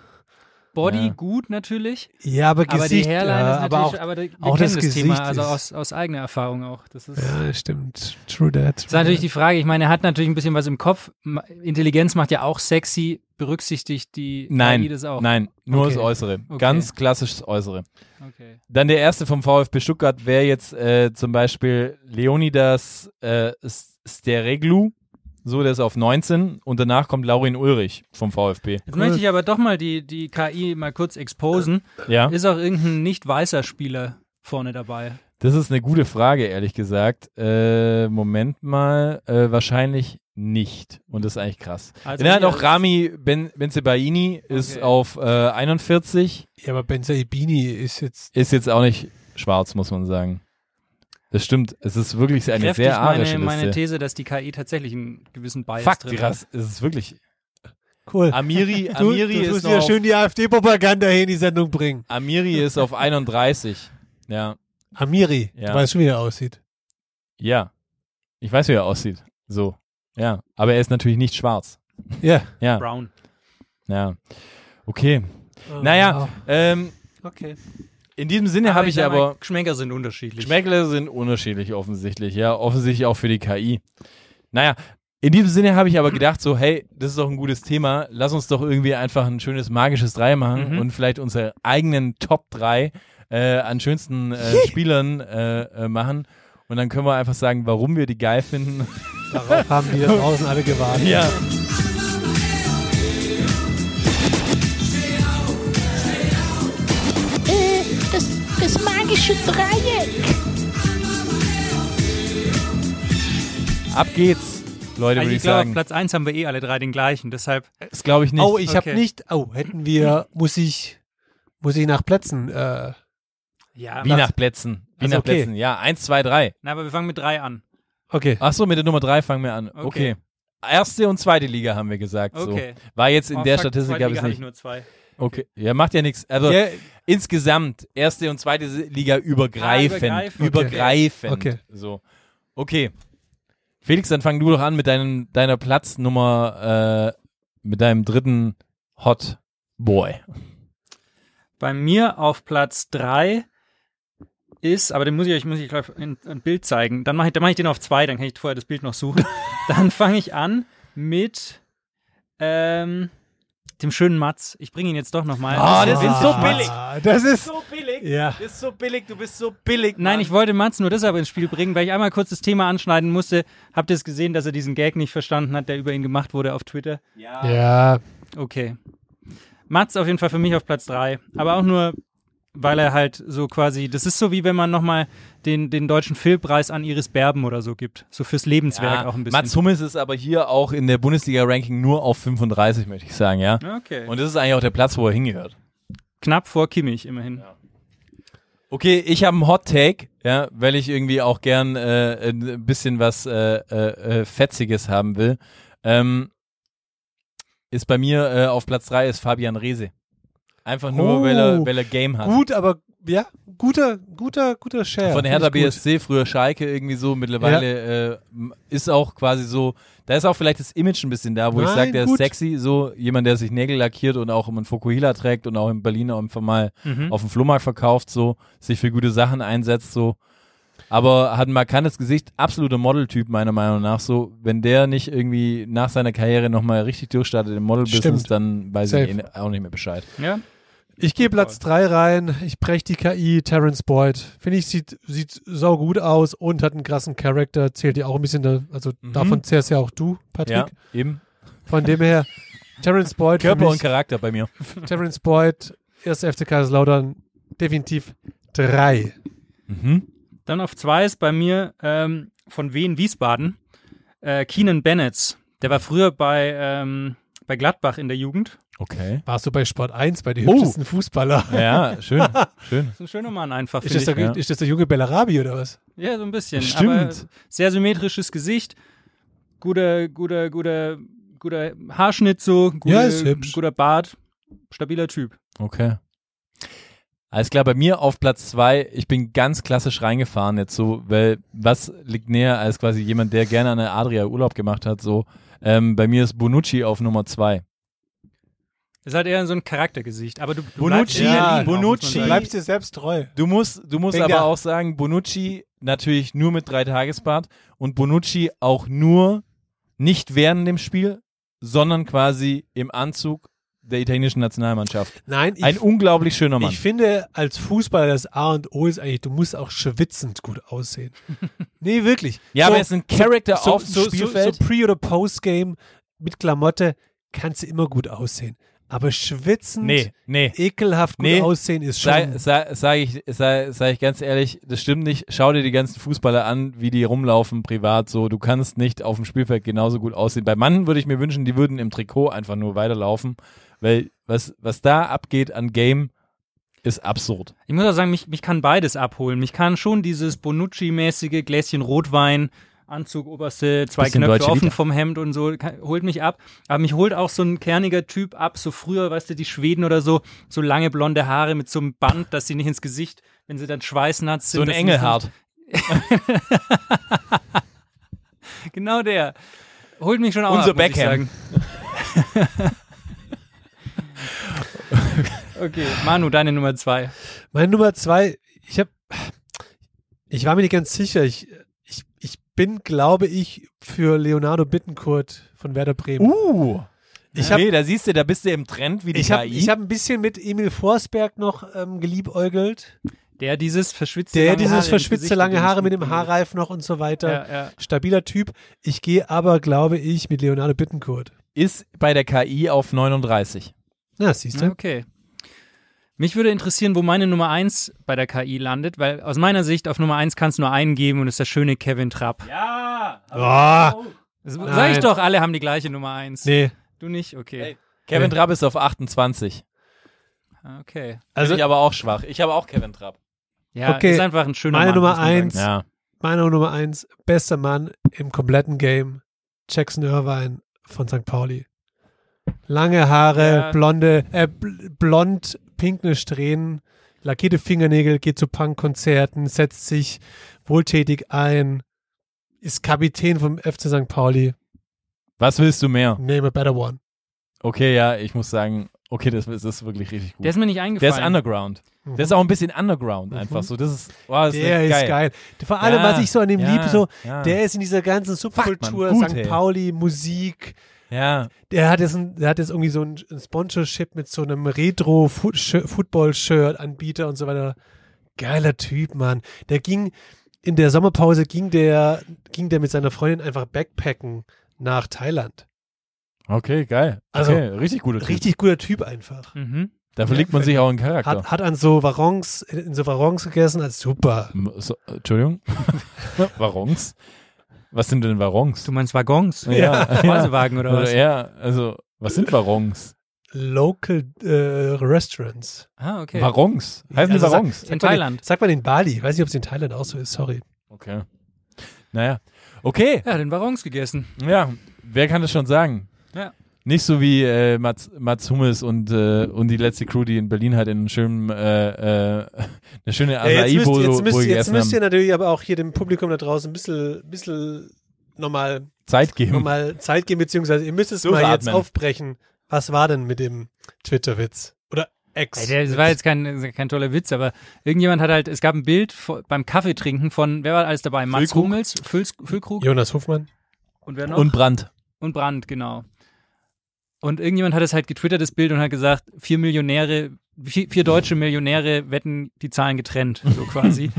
[SPEAKER 2] Body
[SPEAKER 7] Ja.
[SPEAKER 2] gut natürlich,
[SPEAKER 8] Ja, aber Gesicht.
[SPEAKER 2] aber die
[SPEAKER 8] ja,
[SPEAKER 2] Hairline ist natürlich,
[SPEAKER 8] aber auch,
[SPEAKER 2] aber die- wir
[SPEAKER 8] auch das
[SPEAKER 2] kennen das Thema,
[SPEAKER 8] Gesicht
[SPEAKER 2] also
[SPEAKER 8] ist-
[SPEAKER 2] aus, aus eigener Erfahrung auch. Das ist, das
[SPEAKER 8] Ja, stimmt. True that.
[SPEAKER 2] ist natürlich die Frage, ich meine, er hat natürlich ein bisschen was im Kopf. Ma- Intelligenz macht ja auch sexy, berücksichtigt die
[SPEAKER 7] nein,
[SPEAKER 2] KI das auch.
[SPEAKER 7] nein, nur
[SPEAKER 2] Okay.
[SPEAKER 7] das Äußere.
[SPEAKER 2] Okay.
[SPEAKER 7] Ganz klassisch das Äußere.
[SPEAKER 2] Okay.
[SPEAKER 7] Dann der erste vom VfB Stuttgart wäre jetzt äh, zum Beispiel Leonidas äh, S- Stereglu. So, der ist auf 19. Und danach kommt Laurin Ulrich vom VfB.
[SPEAKER 2] Jetzt möchte ich aber doch mal die, die KI mal kurz exposen.
[SPEAKER 7] Ja.
[SPEAKER 2] Ist auch irgendein nicht weißer Spieler vorne dabei?
[SPEAKER 7] Das ist eine gute Frage, ehrlich gesagt. Äh, Moment mal, äh, wahrscheinlich nicht. Und das ist eigentlich krass.
[SPEAKER 2] Also
[SPEAKER 7] Also Dann hat
[SPEAKER 2] hier
[SPEAKER 7] auch Rami ben, Benzebaini ist
[SPEAKER 2] Okay.
[SPEAKER 7] auf äh, 41,
[SPEAKER 8] Ja, aber Ben Saibini ist jetzt.
[SPEAKER 7] ist jetzt auch nicht schwarz, muss man sagen. Das stimmt, es ist wirklich eine
[SPEAKER 2] Kräftigt
[SPEAKER 7] sehr arische
[SPEAKER 2] meine, meine
[SPEAKER 7] Liste.
[SPEAKER 2] These, dass die KI tatsächlich einen gewissen Bias
[SPEAKER 7] Fuck,
[SPEAKER 2] drin ne?
[SPEAKER 7] wie
[SPEAKER 2] hat.
[SPEAKER 7] krass, es ist wirklich.
[SPEAKER 8] Cool.
[SPEAKER 7] Amiri,
[SPEAKER 8] du, du
[SPEAKER 7] Amiri, ist,
[SPEAKER 8] musst
[SPEAKER 7] noch
[SPEAKER 8] ja
[SPEAKER 7] auf,
[SPEAKER 8] schön die AfD-Propaganda hier in die Sendung bringen.
[SPEAKER 7] Amiri ist auf 31. Ja,
[SPEAKER 8] Amiri.
[SPEAKER 7] Ja.
[SPEAKER 8] Du weißt schon, wie er aussieht.
[SPEAKER 7] ja. Ich weiß, wie er aussieht. So, ja. Aber er ist natürlich nicht schwarz.
[SPEAKER 8] Ja.
[SPEAKER 7] Ja,
[SPEAKER 2] Brown.
[SPEAKER 7] ja. Okay. Naja, ähm,
[SPEAKER 8] Okay.
[SPEAKER 7] in diesem Sinne habe ich
[SPEAKER 2] sag mal,
[SPEAKER 7] aber.
[SPEAKER 2] Geschmäcker sind unterschiedlich.
[SPEAKER 7] Geschmäckle sind unterschiedlich offensichtlich, ja. Offensichtlich auch für die KI. Naja, in diesem Sinne habe ich aber gedacht, so, hey, das ist doch ein gutes Thema. Lass uns doch irgendwie einfach ein schönes magisches Drei machen
[SPEAKER 2] Mhm.
[SPEAKER 7] und vielleicht unsere eigenen Top 3 äh, an schönsten äh, Spielern äh, äh, machen. Und dann können wir einfach sagen, warum wir die geil finden.
[SPEAKER 8] Darauf haben (laughs) wir draußen alle gewartet.
[SPEAKER 7] ja.
[SPEAKER 9] Äh, das, das magische Dreieck.
[SPEAKER 7] Ab geht's, Leute,
[SPEAKER 2] Also
[SPEAKER 7] würde
[SPEAKER 2] ich,
[SPEAKER 7] ich,
[SPEAKER 2] glaube, auf
[SPEAKER 7] sagen.
[SPEAKER 2] Platz 1 haben wir eh alle drei den gleichen. Deshalb,
[SPEAKER 7] Das glaube ich nicht.
[SPEAKER 8] Oh, ich
[SPEAKER 2] Okay.
[SPEAKER 8] habe nicht. Oh, hätten wir. Muss ich. Muss ich nach Plätzen. Äh,
[SPEAKER 2] ja,
[SPEAKER 7] Wie
[SPEAKER 2] na,
[SPEAKER 7] nach Plätzen. Wie
[SPEAKER 8] Also
[SPEAKER 7] nach
[SPEAKER 8] okay.
[SPEAKER 7] Plätzen. Ja, eins, zwei, drei.
[SPEAKER 2] na, aber wir fangen mit drei an.
[SPEAKER 8] okay.
[SPEAKER 7] Ach so, mit der Nummer drei fangen wir an.
[SPEAKER 2] Okay.
[SPEAKER 7] Okay. Erste und zweite Liga haben wir gesagt.
[SPEAKER 2] Okay.
[SPEAKER 7] So. War jetzt in
[SPEAKER 2] Oh,
[SPEAKER 7] der
[SPEAKER 2] fuck,
[SPEAKER 7] Statistik
[SPEAKER 2] zweite
[SPEAKER 7] gab
[SPEAKER 2] Liga
[SPEAKER 7] es
[SPEAKER 2] hab
[SPEAKER 7] nicht.
[SPEAKER 2] Ich nur zwei.
[SPEAKER 7] okay. Ja, macht ja nichts. Also
[SPEAKER 8] Ja,
[SPEAKER 7] insgesamt erste und zweite Liga übergreifend.
[SPEAKER 2] Ah, übergreifend. Okay.
[SPEAKER 7] Übergreifend.
[SPEAKER 8] Okay.
[SPEAKER 7] So. Okay. Felix, dann fang du doch an mit deinem, deiner Platznummer, äh, mit deinem dritten Hot Boy.
[SPEAKER 2] Bei mir auf Platz 3 ist, aber den muss ich euch muss ich glaub, ein, ein Bild zeigen. Dann mache ich, dann mach ich den auf 2, dann kann ich vorher das Bild
[SPEAKER 7] (laughs)
[SPEAKER 2] noch suchen. dann fange ich an mit ähm, dem schönen Mats. Ich bringe ihn jetzt doch nochmal.
[SPEAKER 7] Ah, das ist so
[SPEAKER 8] ah,
[SPEAKER 7] billig.
[SPEAKER 8] Das ist.
[SPEAKER 7] So billig.
[SPEAKER 8] Ja.
[SPEAKER 7] ist so billig. Du bist so billig.
[SPEAKER 2] Nein, ich wollte Mats nur deshalb ins Spiel bringen, weil ich einmal kurz das Thema anschneiden musste. Habt ihr es gesehen, dass er diesen Gag nicht verstanden hat, der über ihn gemacht wurde auf Twitter?
[SPEAKER 8] Ja.
[SPEAKER 2] Okay. Mats auf jeden Fall für mich auf Platz 3, aber auch nur weil er halt so quasi, das ist so wie wenn man nochmal den, den deutschen Filmpreis an Iris Berben oder so gibt. So fürs Lebenswerk
[SPEAKER 7] Ja,
[SPEAKER 2] auch ein bisschen.
[SPEAKER 7] Ah, Mats Hummels ist aber hier auch in der Bundesliga-Ranking nur auf 35, möchte ich sagen, ja.
[SPEAKER 2] Okay.
[SPEAKER 7] Und das ist eigentlich auch der Platz, wo er hingehört.
[SPEAKER 2] Knapp vor Kimmich immerhin.
[SPEAKER 7] Okay, ich habe einen Hot Take, ja, weil ich irgendwie auch gern äh, ein bisschen was äh, äh, äh, Fetziges haben will. Ähm, ist bei mir äh, auf Platz 3 ist Fabian Rehse. Einfach nur,
[SPEAKER 8] Oh,
[SPEAKER 7] weil, er, weil er Game hat.
[SPEAKER 8] Gut, aber ja, guter, guter, guter Share.
[SPEAKER 7] Also Von
[SPEAKER 8] Finde
[SPEAKER 7] Hertha
[SPEAKER 8] ich gut.
[SPEAKER 7] BSC, früher Schalke irgendwie so, mittlerweile äh, m- ist auch quasi so, da ist auch vielleicht das Image ein bisschen da, wo ich
[SPEAKER 8] Nein,
[SPEAKER 7] sage, der
[SPEAKER 8] gut.
[SPEAKER 7] ist sexy, so jemand, der sich Nägel lackiert und auch einen Fokuhila trägt und auch in Berlin einfach mal
[SPEAKER 8] Mhm.
[SPEAKER 7] auf dem Flohmarkt verkauft, so, sich für gute Sachen einsetzt, so. Aber hat ein markantes Gesicht, absoluter Modeltyp meiner Meinung nach, so, wenn der nicht irgendwie nach seiner Karriere nochmal richtig durchstartet im Model-Business,
[SPEAKER 8] Stimmt.
[SPEAKER 7] dann weiß
[SPEAKER 8] Safe.
[SPEAKER 7] ich eh auch nicht mehr Bescheid.
[SPEAKER 2] Ja?
[SPEAKER 8] Ich gehe Platz 3 rein. Ich brech die KI, Terence Boyd. Finde ich, sieht, sieht saugut aus und hat einen krassen Charakter. Zählt ja auch ein bisschen, da, also davon zehrst ja auch du, Patrick.
[SPEAKER 7] Mhm. Ja, eben.
[SPEAKER 8] Von dem her, Terence Boyd, für
[SPEAKER 7] Körper und
[SPEAKER 8] mich,
[SPEAKER 7] Charakter bei mir.
[SPEAKER 8] Terence Boyd, 1. FC Kaiserslautern, definitiv 3.
[SPEAKER 2] Dann auf zwei ist bei mir ähm, von Wien Wiesbaden äh, Keenan Bennett. Der war früher bei, ähm, bei Gladbach in der Jugend.
[SPEAKER 7] Okay.
[SPEAKER 8] Warst du bei Sport 1 bei den
[SPEAKER 7] Oh.
[SPEAKER 8] hübschesten Fußballer?
[SPEAKER 7] Ja,
[SPEAKER 8] (laughs)
[SPEAKER 7] schön, schön.
[SPEAKER 2] So ein schöner Mann einfach.
[SPEAKER 8] Ist
[SPEAKER 2] find
[SPEAKER 8] das,
[SPEAKER 2] ich.
[SPEAKER 8] der,
[SPEAKER 7] ja.
[SPEAKER 8] ist das der junge Bellarabi oder was?
[SPEAKER 2] Ja, so ein bisschen.
[SPEAKER 7] Stimmt.
[SPEAKER 2] Aber sehr symmetrisches Gesicht, guter, guter, guter, guter Haarschnitt so, gute,
[SPEAKER 8] Ja, ist hübsch.
[SPEAKER 2] guter Bart, stabiler Typ.
[SPEAKER 7] Okay. Alles klar, bei mir auf Platz zwei. ich bin ganz klassisch reingefahren jetzt so, weil was liegt näher als quasi jemand, der gerne an der Adria Urlaub gemacht hat, so. Ähm, bei mir ist Bonucci auf Nummer zwei.
[SPEAKER 2] Es hat halt eher so ein Charaktergesicht, aber du, du
[SPEAKER 7] Bonucci,
[SPEAKER 2] bleibst in der Liga,
[SPEAKER 7] Bonucci.
[SPEAKER 2] muss
[SPEAKER 8] Du
[SPEAKER 2] man sagen.
[SPEAKER 8] bleibst dir selbst treu.
[SPEAKER 7] Du musst, du musst
[SPEAKER 8] Denk
[SPEAKER 7] aber
[SPEAKER 8] da.
[SPEAKER 7] auch sagen, Bonucci natürlich nur mit drei Tagesbad und Bonucci auch nur nicht während dem Spiel, sondern quasi im Anzug der italienischen Nationalmannschaft.
[SPEAKER 8] Nein, ich,
[SPEAKER 7] Ein unglaublich schöner Mann.
[SPEAKER 8] ich finde, als Fußballer das A und O ist eigentlich, du musst auch schwitzend gut
[SPEAKER 7] (laughs)
[SPEAKER 8] aussehen. nee, wirklich.
[SPEAKER 7] ja,
[SPEAKER 8] So-
[SPEAKER 7] aber er ist ein Character
[SPEAKER 8] so,
[SPEAKER 7] auf dem
[SPEAKER 8] so,
[SPEAKER 7] Spielfeld.
[SPEAKER 8] So, so Pre- oder Post-Game mit Klamotte kannst du immer gut aussehen. Aber schwitzend,
[SPEAKER 7] nee, nee.
[SPEAKER 8] ekelhaft gut
[SPEAKER 7] Nee.
[SPEAKER 8] aussehen ist schon.
[SPEAKER 7] Sei, sei, sag, ich, sei, sag ich ganz ehrlich, das stimmt nicht. Schau dir die ganzen Fußballer an, wie die rumlaufen privat. So, du kannst nicht auf dem Spielfeld genauso gut aussehen. Bei Mann würde ich mir wünschen, die würden im Trikot einfach nur weiterlaufen, weil was, was da abgeht an Game, ist absurd.
[SPEAKER 2] Ich muss auch sagen, mich, mich kann beides abholen. Mich kann schon dieses Bonucci-mäßige Gläschen Rotwein, Anzug, Oberste, zwei
[SPEAKER 7] Bisschen
[SPEAKER 2] Knöpfe
[SPEAKER 7] Deutsche
[SPEAKER 2] offen
[SPEAKER 7] Vita.
[SPEAKER 2] vom Hemd und so, ka- holt mich ab. Aber mich holt auch so ein kerniger Typ ab, so früher, weißt du, die Schweden oder so, so lange blonde Haare mit so einem Band, dass sie nicht ins Gesicht, wenn sie dann schweißnass sind.
[SPEAKER 7] So ein
[SPEAKER 2] dass sie
[SPEAKER 7] Engelhart.
[SPEAKER 2] nicht- Genau der. Holt mich schon auch
[SPEAKER 7] Unser
[SPEAKER 2] ab, muss ich
[SPEAKER 7] Beckham.
[SPEAKER 8] (laughs)
[SPEAKER 2] sagen. okay, Manu, deine Nummer zwei.
[SPEAKER 8] Meine Nummer zwei, ich habe, ich war mir nicht ganz sicher. Ich, ich, ich bin, glaube ich, für Leonardo Bittencourt von Werder Bremen.
[SPEAKER 7] Uh!
[SPEAKER 8] Ich hab-
[SPEAKER 7] nee, da siehst du, da bist du im Trend wie die
[SPEAKER 8] ich habe
[SPEAKER 7] KI.
[SPEAKER 8] ich hab ein bisschen mit Emil Forsberg noch ähm, geliebäugelt.
[SPEAKER 2] Der dieses verschwitzte
[SPEAKER 8] Der
[SPEAKER 2] lange Haare
[SPEAKER 8] dieses
[SPEAKER 2] im
[SPEAKER 8] verschwitzte
[SPEAKER 2] Gesicht,
[SPEAKER 8] lange
[SPEAKER 2] dem
[SPEAKER 8] Haare mit
[SPEAKER 2] Schnitt
[SPEAKER 8] dem
[SPEAKER 2] und so.
[SPEAKER 8] Haarreif noch und so weiter.
[SPEAKER 2] Ja, ja.
[SPEAKER 8] Stabiler Typ. Ich gehe aber, glaube ich, mit Leonardo Bittencourt.
[SPEAKER 7] Ist bei der KI auf 39.
[SPEAKER 8] Na, siehst du?
[SPEAKER 2] Okay. Mich würde interessieren, wo meine Nummer 1 bei der KI landet, weil aus meiner Sicht auf Nummer 1 kann es nur einen geben und das ist der schöne Kevin Trapp. Ja.
[SPEAKER 8] Ah,
[SPEAKER 2] Sag ich
[SPEAKER 8] Nein.
[SPEAKER 2] doch, alle haben die gleiche Nummer 1.
[SPEAKER 8] nee.
[SPEAKER 2] Du nicht? Okay.
[SPEAKER 7] Kevin Trapp ist auf 28.
[SPEAKER 2] Ah, Okay.
[SPEAKER 7] Also
[SPEAKER 8] Also-
[SPEAKER 7] ich aber auch schwach. Ich habe auch Kevin Trapp.
[SPEAKER 2] Ja,
[SPEAKER 8] Okay.
[SPEAKER 2] ist einfach ein schöner
[SPEAKER 8] Meine
[SPEAKER 2] Mann,
[SPEAKER 8] Nummer
[SPEAKER 2] muss man sagen.
[SPEAKER 8] eins.
[SPEAKER 7] Ja.
[SPEAKER 8] Meine Nummer eins, bester Mann im kompletten Game, Jackson Irvine von St. Pauli. Lange Haare,
[SPEAKER 2] Ja.
[SPEAKER 8] blonde, äh, bl blond, pinkne Strähnen, lackierte Fingernägel, geht zu Punkkonzerten, setzt sich wohltätig ein, ist Kapitän vom FC St. Pauli.
[SPEAKER 7] Was willst du mehr?
[SPEAKER 8] Name a better one.
[SPEAKER 7] Okay, ja, ich muss sagen, okay, das, ist- das ist wirklich richtig gut.
[SPEAKER 2] Der ist mir nicht
[SPEAKER 7] Der
[SPEAKER 2] eingefallen.
[SPEAKER 7] ist underground. Der ist auch ein bisschen underground einfach so. Das ist, wow, das
[SPEAKER 8] Mhm. Der ist geil. Vor allem,
[SPEAKER 7] Ja,
[SPEAKER 8] was ich so an dem
[SPEAKER 7] ja,
[SPEAKER 8] liebe, so,
[SPEAKER 7] ja.
[SPEAKER 8] der ist in dieser ganzen Subkultur,
[SPEAKER 7] gut,
[SPEAKER 8] St.
[SPEAKER 7] ey.
[SPEAKER 8] Pauli, Musik,
[SPEAKER 7] Ja,
[SPEAKER 8] Der hat jetzt, ein, der hat jetzt irgendwie so ein ein Sponsorship mit so einem Retro-Football-Shirt-Anbieter und so weiter. Geiler Typ, Mann. Der ging, in der Sommerpause ging der, ging der mit seiner Freundin einfach backpacken nach Thailand.
[SPEAKER 7] okay, geil.
[SPEAKER 8] Also,
[SPEAKER 7] okay, richtig guter Typ.
[SPEAKER 8] Richtig guter Typ einfach.
[SPEAKER 2] Mhm.
[SPEAKER 7] Da verlegt man sich auch in den Charakter.
[SPEAKER 8] Hat, hat an so Varons, in so Varons gegessen, als super.
[SPEAKER 7] M- So, äh,
[SPEAKER 8] (laughs)
[SPEAKER 7] Entschuldigung. Warons? Was sind denn Warons?
[SPEAKER 2] Du meinst Waggons?
[SPEAKER 7] Ja.
[SPEAKER 2] Speisewagen oder was?
[SPEAKER 7] ja, also, was sind Warons?
[SPEAKER 8] Local äh, Restaurants.
[SPEAKER 2] Ah, okay.
[SPEAKER 7] Warons? Heißen die
[SPEAKER 8] Also sag-
[SPEAKER 7] Warons?
[SPEAKER 2] In
[SPEAKER 8] Sagt man
[SPEAKER 2] Thailand.
[SPEAKER 8] Den, sagt man in Bali. Ich weiß nicht, ob es in Thailand auch so ist. Sorry.
[SPEAKER 7] Okay. Naja. Okay,
[SPEAKER 2] Ja, den Waggons gegessen.
[SPEAKER 7] ja. Wer kann das schon sagen?
[SPEAKER 2] Ja.
[SPEAKER 7] Nicht so wie äh, Mats, Mats Hummels und, äh, und die letzte Crew, die in Berlin halt in einem schönen, äh, äh, eine schöne
[SPEAKER 8] Ja, jetzt müsst,
[SPEAKER 7] Acai-Bowl
[SPEAKER 8] jetzt müsst, jetzt
[SPEAKER 7] gegessen
[SPEAKER 8] müsst ihr
[SPEAKER 7] haben.
[SPEAKER 8] natürlich aber auch hier dem Publikum da draußen ein bisschen, bisschen nochmal
[SPEAKER 7] Zeit geben.
[SPEAKER 8] mal Zeit geben, beziehungsweise ihr müsst es mal jetzt
[SPEAKER 7] Durchatmen.
[SPEAKER 8] aufbrechen. Was war denn mit dem Twitter-Witz? Oder Ex?
[SPEAKER 2] Ey, der- das war jetzt kein, kein toller Witz, aber irgendjemand hat halt, es gab ein Bild vor, beim Kaffeetrinken von, wer war alles dabei? Mats
[SPEAKER 7] Füllkrug.
[SPEAKER 2] Hummels, Fülls, Füllkrug
[SPEAKER 8] Jonas
[SPEAKER 2] (laughs)
[SPEAKER 8] Hofmann?
[SPEAKER 2] und wer noch?
[SPEAKER 7] Und Brand.
[SPEAKER 2] Und Brandt, genau. Und irgendjemand hat es halt getwittert, das Bild, und hat gesagt, vier Millionäre, vier, vier deutsche Millionäre wetten die Zahlen getrennt, so
[SPEAKER 7] (laughs)
[SPEAKER 2] quasi.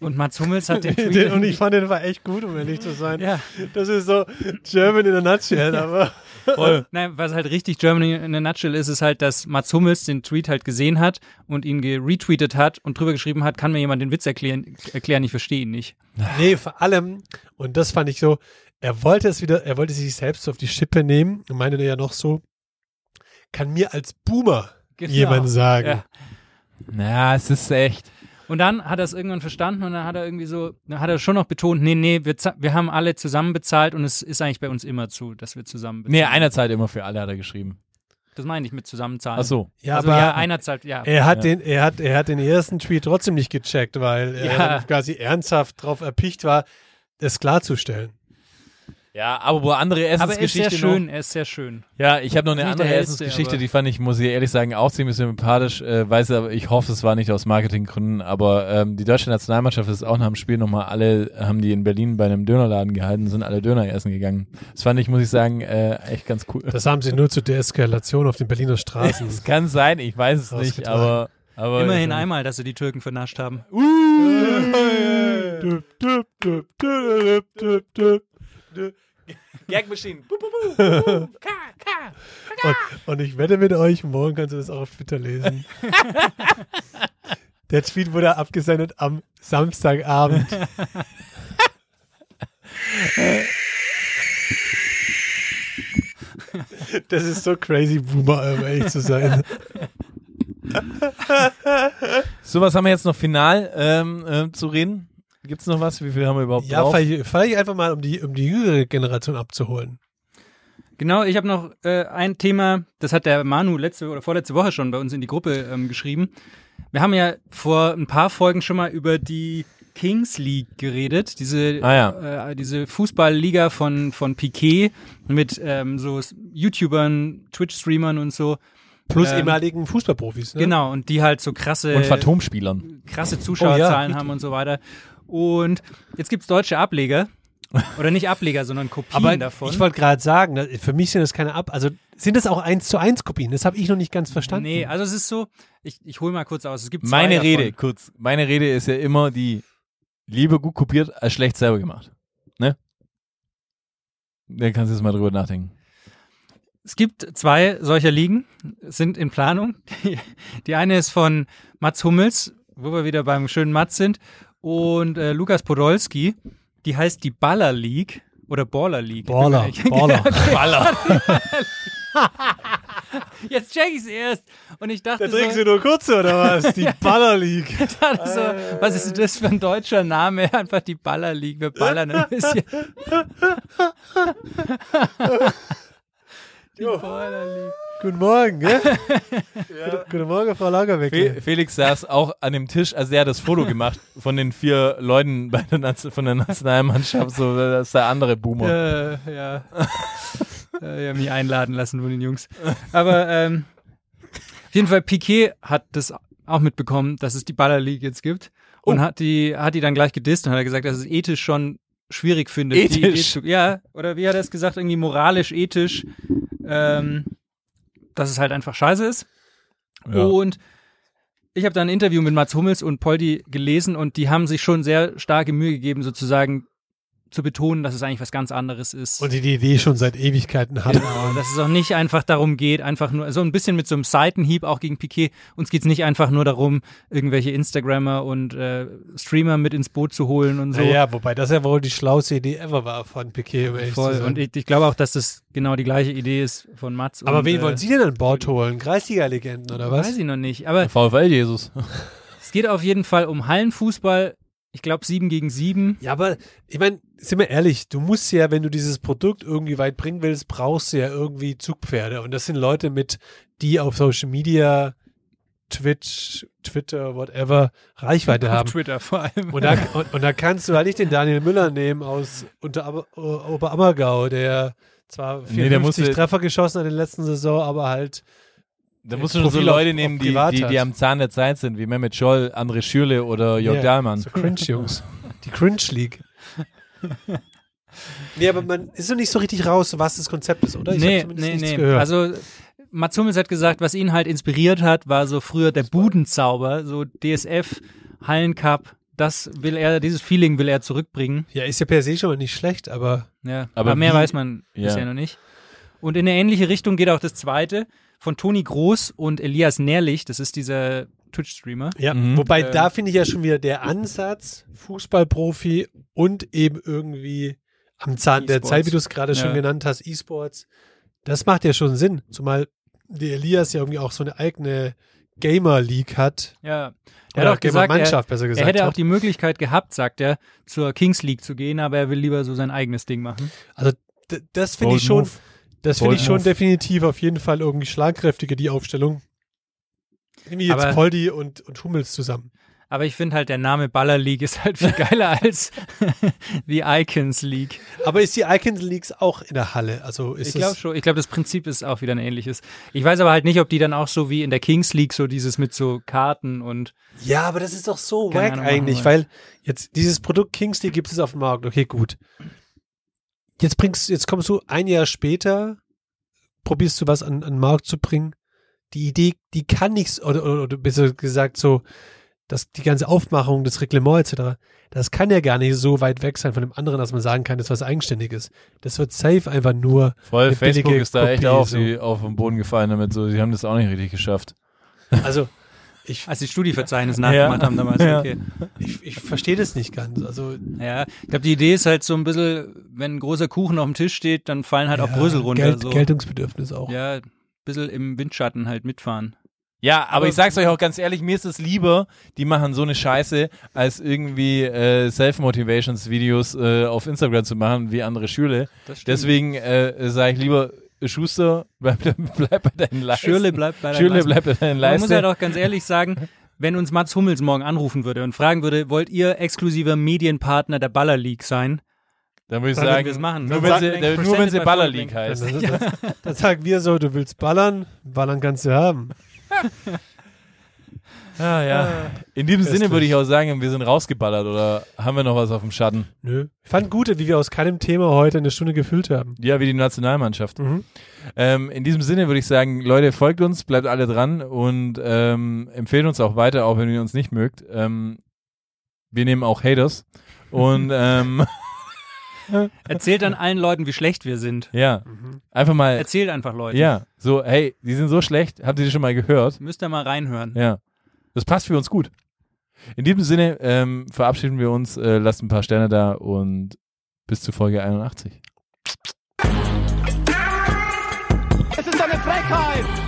[SPEAKER 2] und Mats Hummels hat den Tweet.
[SPEAKER 8] Den, und ich fand den war echt gut, um ehrlich zu sein.
[SPEAKER 2] ja,
[SPEAKER 8] Das ist so German in a
[SPEAKER 2] (laughs)
[SPEAKER 8] nutshell, aber
[SPEAKER 2] voll. Nein, was halt richtig Germany in a nutshell ist, ist halt, dass Mats Hummels den Tweet halt gesehen hat und ihn geretweetet hat und drüber geschrieben hat, kann mir jemand den Witz erklären, erklären ich verstehe ihn nicht.
[SPEAKER 8] nee, vor allem, und das fand ich so, er wollte es wieder, er wollte sich selbst so auf die Schippe nehmen, und meinte ja noch so, kann mir als Boomer
[SPEAKER 2] Genau.
[SPEAKER 8] jemand sagen.
[SPEAKER 2] Ja.
[SPEAKER 7] Na, es ist echt.
[SPEAKER 2] Und dann hat er es irgendwann verstanden und dann hat er irgendwie so, dann hat er schon noch betont, nee, nee, wir, za- wir haben alle zusammen bezahlt und es ist eigentlich bei uns immer zu, dass wir zusammen bezahlen.
[SPEAKER 7] Nee, einer zahlt immer für alle, hat er geschrieben.
[SPEAKER 2] Das meine ich mit zusammenzahlen.
[SPEAKER 7] Ach so.
[SPEAKER 8] Ja,
[SPEAKER 2] also,
[SPEAKER 8] aber
[SPEAKER 2] ja, einer zahlt, ja.
[SPEAKER 8] er hat
[SPEAKER 7] Ja.
[SPEAKER 8] den, er hat, er hat den ersten Tweet trotzdem nicht gecheckt, weil er
[SPEAKER 2] Ja.
[SPEAKER 8] dann quasi ernsthaft drauf erpicht war, es klarzustellen.
[SPEAKER 7] Ja, aber wo andere
[SPEAKER 2] aber er ist
[SPEAKER 7] Essensgeschichte
[SPEAKER 2] sehr
[SPEAKER 7] noch-
[SPEAKER 2] schön, er ist sehr schön.
[SPEAKER 7] Ja, ich habe noch eine
[SPEAKER 2] Nicht
[SPEAKER 7] andere
[SPEAKER 2] der hellste,
[SPEAKER 7] Essensgeschichte,
[SPEAKER 2] aber-
[SPEAKER 7] die fand ich, muss ich ehrlich sagen, auch ziemlich sympathisch. Äh, weiß aber, ich hoffe, es war nicht aus Marketinggründen, aber ähm, die deutsche Nationalmannschaft ist auch nach dem Spiel nochmal alle, haben die in Berlin bei einem Dönerladen gehalten, sind alle Döner essen gegangen. Das fand ich, muss ich sagen, äh, echt ganz cool.
[SPEAKER 8] Das haben sie nur zur Deeskalation auf den Berliner
[SPEAKER 2] (laughs)
[SPEAKER 8] Straßen.
[SPEAKER 7] Es kann sein, ich weiß es nicht,
[SPEAKER 8] Ausgetragen.
[SPEAKER 7] aber, aber ähm,
[SPEAKER 2] Immerhin einmal, dass sie die Türken vernascht haben.
[SPEAKER 8] (laughs) Und, und ich wette mit euch, morgen kannst du das auch auf Twitter lesen. (laughs) Der Tweet wurde abgesendet am (laughs) Samstagabend. Das ist so crazy, Boomer, um ehrlich zu sein.
[SPEAKER 7] So, was haben wir jetzt noch final ähm, äh, zu reden? Gibt's noch was? Wie viel haben wir überhaupt
[SPEAKER 8] Ja,
[SPEAKER 7] drauf?
[SPEAKER 8] vielleicht, vielleicht einfach mal, um die, um die jüngere Generation abzuholen.
[SPEAKER 2] Genau, ich habe noch äh, ein Thema, das hat der Manu letzte oder vorletzte Woche schon bei uns in die Gruppe ähm, geschrieben. Wir haben ja vor ein paar Folgen schon mal über die Kings League geredet, diese,
[SPEAKER 7] Ah ja.
[SPEAKER 2] äh, diese Fußballliga von, von Piquet mit ähm, so YouTubern, Twitch-Streamern und so.
[SPEAKER 8] Plus
[SPEAKER 2] Ähm,
[SPEAKER 8] ehemaligen Fußballprofis. Ne?
[SPEAKER 2] Genau, und die halt so krasse
[SPEAKER 7] Und Phantomspielern.
[SPEAKER 2] krasse Zuschauerzahlen
[SPEAKER 8] Oh ja,
[SPEAKER 2] haben und so weiter. Und jetzt gibt's deutsche Ableger. Oder nicht Ableger, sondern Kopien
[SPEAKER 8] Aber
[SPEAKER 2] davon.
[SPEAKER 8] ich wollte gerade sagen, da- für mich sind das keine Ab. Also sind das auch 1 zu 1 Kopien? Das habe ich noch nicht ganz verstanden.
[SPEAKER 2] nee, also es ist so, ich, ich hole mal kurz aus. Es gibt zwei
[SPEAKER 7] Meine
[SPEAKER 2] davon.
[SPEAKER 7] Rede, kurz. Meine Rede ist ja immer die Liebe gut kopiert, als schlecht selber gemacht. Ne? Da kannst du jetzt mal drüber nachdenken.
[SPEAKER 2] Es gibt zwei solcher Ligen, sind in Planung. Die, die eine ist von Mats Hummels, wo wir wieder beim schönen Mats sind, und äh, Lukas Podolski. Die heißt die Baller League oder Baller League.
[SPEAKER 8] Baller, Baller.
[SPEAKER 7] Baller.
[SPEAKER 2] Jetzt check ich's erst. Und ich dachte, so,
[SPEAKER 8] nur kurze oder was?
[SPEAKER 2] (laughs)
[SPEAKER 8] Die Baller League. Äh.
[SPEAKER 2] dachte so, was ist das für ein deutscher Name? (laughs) Einfach die Baller League. Wir ballern ein bisschen. (laughs) die Baller League.
[SPEAKER 8] Guten Morgen, (laughs) gell? Guten- Guten Morgen, Frau Lagerweg.
[SPEAKER 7] Fe Felix saß auch an dem Tisch, also der hat das Foto (laughs) gemacht von den vier Leuten bei der Nation- von der Nationalmannschaft, so das ist der andere Boomer.
[SPEAKER 2] Äh, ja. äh, ja, mich einladen lassen von den Jungs. Aber ähm, auf jeden Fall, Piquet hat das auch mitbekommen, dass es die Baller League jetzt gibt.
[SPEAKER 8] Oh.
[SPEAKER 2] Und hat die, hat die dann gleich gedisst und hat gesagt, dass es ethisch schon schwierig findet. Die Idee
[SPEAKER 7] Ethisch?
[SPEAKER 2] zu, ja, oder wie hat er es gesagt, irgendwie moralisch, ethisch, ähm, dass es halt einfach scheiße ist.
[SPEAKER 7] Ja.
[SPEAKER 2] Und ich habe da ein Interview mit Mats Hummels und Poldi gelesen und die haben sich schon sehr starke Mühe gegeben, sozusagen zu betonen, dass es eigentlich was ganz anderes ist.
[SPEAKER 8] Und die die Idee schon seit Ewigkeiten hatten. (laughs)
[SPEAKER 2] Genau, und dass es auch nicht einfach darum geht, einfach nur, so ein bisschen mit so einem Seitenhieb auch gegen Piquet, uns geht's nicht einfach nur darum, irgendwelche Instagrammer und äh, Streamer mit ins Boot zu holen und so.
[SPEAKER 8] Naja, wobei das ja wohl die schlauste Idee ever war von Piquet. Um ehrlich zu
[SPEAKER 2] Voll.
[SPEAKER 8] sein.
[SPEAKER 2] Und ich, ich glaube auch, dass das genau die gleiche Idee ist von Mats.
[SPEAKER 8] Aber
[SPEAKER 2] und,
[SPEAKER 8] wen
[SPEAKER 2] äh,
[SPEAKER 8] wollen Sie denn an Bord holen? Kreisliga-Legenden oder was?
[SPEAKER 2] Weiß ich noch nicht. Aber
[SPEAKER 7] VfL Jesus.
[SPEAKER 2] es geht auf jeden Fall um Hallenfußball. Ich glaube, sieben gegen sieben.
[SPEAKER 8] Ja, aber ich meine, sind wir ehrlich, du musst ja, wenn du dieses Produkt irgendwie weit bringen willst, brauchst du ja irgendwie Zugpferde. Und das sind Leute mit, die auf Social Media, Twitch, Twitter, whatever, Reichweite haben.
[SPEAKER 2] Twitter vor allem.
[SPEAKER 8] Und da, und, und da kannst du halt nicht den Daniel Müller nehmen aus Unter Oberammergau, der zwar
[SPEAKER 7] Nee, der
[SPEAKER 8] 54
[SPEAKER 7] musste-
[SPEAKER 8] Treffer geschossen hat in der letzten Saison, aber halt
[SPEAKER 7] Da
[SPEAKER 8] Äh,
[SPEAKER 7] musst du schon so
[SPEAKER 8] Profil
[SPEAKER 7] Leute
[SPEAKER 8] auf-
[SPEAKER 7] nehmen,
[SPEAKER 8] auf
[SPEAKER 7] die,
[SPEAKER 8] privat
[SPEAKER 7] die, die
[SPEAKER 8] hat.
[SPEAKER 7] am Zahn der Zeit sind, wie Mehmet Scholl, André Schürle oder Jörg
[SPEAKER 8] Ja,
[SPEAKER 7] Dahlmann.
[SPEAKER 8] So Cringe-Jungs. Die Cringe-League. (laughs) Nee, aber man ist noch nicht so richtig raus, was das Konzept ist, oder? Ich hab
[SPEAKER 2] nee,
[SPEAKER 8] zumindest
[SPEAKER 2] nee,
[SPEAKER 8] nichts
[SPEAKER 2] nee.
[SPEAKER 8] gehört.
[SPEAKER 2] Also Mats Hummels hat gesagt, was ihn halt inspiriert hat, war so früher der Budenzauber, so DSF, Hallencup. Das will er, dieses Feeling will er zurückbringen.
[SPEAKER 8] ja, ist ja per se schon mal nicht schlecht, aber
[SPEAKER 2] Ja, aber,
[SPEAKER 7] Aber
[SPEAKER 2] mehr
[SPEAKER 7] wie-
[SPEAKER 2] weiß man
[SPEAKER 7] Ja.
[SPEAKER 2] bisher noch nicht. Und in eine ähnliche Richtung geht auch das zweite von Toni Groß und Elias Nährlich. Das ist dieser Twitch-Streamer.
[SPEAKER 8] ja. Äh.
[SPEAKER 7] Mhm.
[SPEAKER 8] Wobei, da finde ich ja schon wieder der Ansatz, Fußballprofi und eben irgendwie am Zahn der
[SPEAKER 2] E-Sports.
[SPEAKER 8] Zeit, wie du es gerade schon
[SPEAKER 2] Ja.
[SPEAKER 8] genannt hast, E-Sports. Das macht ja schon Sinn, zumal der Elias ja irgendwie auch so eine eigene Gamer-League hat.
[SPEAKER 2] Ja,
[SPEAKER 8] Oder
[SPEAKER 2] er hat auch gesagt, er,
[SPEAKER 8] Gamer-Mannschaft, besser gesagt.
[SPEAKER 2] er hätte auch
[SPEAKER 8] hat.
[SPEAKER 2] die Möglichkeit gehabt, sagt er, zur Kings League zu gehen, aber er will lieber so sein eigenes Ding machen.
[SPEAKER 8] Also d- das finde
[SPEAKER 7] Bold
[SPEAKER 8] ich schon,
[SPEAKER 7] move.
[SPEAKER 8] das finde
[SPEAKER 7] Bold
[SPEAKER 8] ich schon
[SPEAKER 7] move.
[SPEAKER 8] definitiv auf jeden Fall irgendwie schlagkräftige die Aufstellung. Irgendwie jetzt
[SPEAKER 2] Aber-
[SPEAKER 8] Poldi und, und Hummels zusammen.
[SPEAKER 2] Aber ich finde halt, der Name Baller League ist halt (laughs) viel geiler als die Icons League.
[SPEAKER 8] Aber ist die Icons Leagues auch in der Halle? Also ist
[SPEAKER 2] Ich glaube
[SPEAKER 8] das,
[SPEAKER 2] schon. Ich glaube, das Prinzip ist auch wieder ein ähnliches. Ich weiß aber halt nicht, ob die dann auch so wie in der Kings League so dieses mit so Karten und
[SPEAKER 8] Ja, aber das ist doch so
[SPEAKER 2] Keine
[SPEAKER 8] wack
[SPEAKER 2] Ahnung, machen
[SPEAKER 8] eigentlich,
[SPEAKER 2] wir.
[SPEAKER 8] weil jetzt dieses Produkt Kings League gibt es auf dem Markt. Okay, gut. Jetzt bringst jetzt kommst du ein Jahr später, probierst du was an, an den Markt zu bringen. Die Idee, die kann nichts, oder, oder, oder besser gesagt so, dass die ganze Aufmachung des Reglements etc., das kann ja gar nicht so weit weg sein von dem anderen, dass man sagen kann, das ist was Eigenständiges. Das wird safe einfach nur
[SPEAKER 7] Voll,
[SPEAKER 8] Eine
[SPEAKER 7] Facebook
[SPEAKER 8] billige
[SPEAKER 7] ist da echt
[SPEAKER 8] Kopie,
[SPEAKER 7] auf,
[SPEAKER 8] so.
[SPEAKER 7] die, auf den Boden gefallen damit. So, sie haben das auch nicht richtig geschafft.
[SPEAKER 2] (laughs)
[SPEAKER 8] Also ich,
[SPEAKER 2] als die Studieverzeichnis nachgemacht haben damals.
[SPEAKER 7] Ja.
[SPEAKER 2] Okay.
[SPEAKER 8] ich, ich verstehe das nicht ganz. Also
[SPEAKER 2] Ja, ich glaube, die Idee ist halt so ein bisschen, wenn ein großer Kuchen auf dem Tisch steht, dann fallen halt auch Brösel runter.
[SPEAKER 8] Geld,
[SPEAKER 2] so.
[SPEAKER 8] Geltungsbedürfnis auch.
[SPEAKER 2] Ja, ein bisschen im Windschatten halt mitfahren.
[SPEAKER 7] Ja, aber, ich sag's euch auch ganz ehrlich, mir ist es lieber, die machen so eine Scheiße, als irgendwie äh, Self-Motivations-Videos äh, auf Instagram zu machen, wie andere Schüle.
[SPEAKER 2] Das stimmt.
[SPEAKER 7] Deswegen äh, sage ich lieber, Schuster, (laughs) bleib, bleib bei deinen Leisten.
[SPEAKER 2] Schürle bleibt bei deinen
[SPEAKER 7] Schürle
[SPEAKER 2] Leisten.
[SPEAKER 7] bleibt bei deinen
[SPEAKER 2] Man muss
[SPEAKER 7] Leisten.
[SPEAKER 2] halt auch ganz ehrlich sagen, wenn uns Mats Hummels morgen anrufen würde und fragen würde, wollt ihr exklusiver Medienpartner der Baller League sein?
[SPEAKER 7] dann würde ich
[SPEAKER 2] Dann würden
[SPEAKER 7] sagen,
[SPEAKER 2] wir's machen.
[SPEAKER 7] nur
[SPEAKER 2] Dann
[SPEAKER 7] wenn
[SPEAKER 2] sagen
[SPEAKER 7] sie,
[SPEAKER 2] wir,
[SPEAKER 7] dann- nur
[SPEAKER 2] presented
[SPEAKER 7] wenn sie
[SPEAKER 2] by
[SPEAKER 7] Baller
[SPEAKER 2] Volk
[SPEAKER 7] League
[SPEAKER 2] Bank.
[SPEAKER 7] heißt.
[SPEAKER 8] Dann, dann, dann Also sagen wir so, du willst ballern, ballern kannst du haben.
[SPEAKER 7] Ah, ja. In diesem Sinne
[SPEAKER 8] Köstlich.
[SPEAKER 7] würde ich auch sagen, wir sind rausgeballert oder haben wir noch was auf dem Schatten?
[SPEAKER 8] Nö. Ich fand gut, wie wir aus keinem Thema heute eine Stunde gefüllt haben.
[SPEAKER 7] Ja, wie die Nationalmannschaft. Ähm, in diesem Sinne würde ich sagen, Leute, folgt uns, bleibt alle dran und ähm, empfehlt uns auch weiter, auch wenn ihr uns nicht mögt. Ähm, wir nehmen auch Haters. Und ähm, (laughs)
[SPEAKER 2] Erzählt dann allen Leuten, wie schlecht wir sind.
[SPEAKER 7] ja, einfach mal,
[SPEAKER 2] Erzählt einfach Leuten.
[SPEAKER 7] ja, so, hey, die sind so schlecht, habt ihr die schon mal gehört?
[SPEAKER 2] Müsst ihr mal reinhören.
[SPEAKER 7] Ja, das passt für uns gut. In diesem Sinne ähm, verabschieden wir uns, äh, lasst ein paar Sterne da und bis zu Folge 81.
[SPEAKER 3] Es ist eine Frechheit!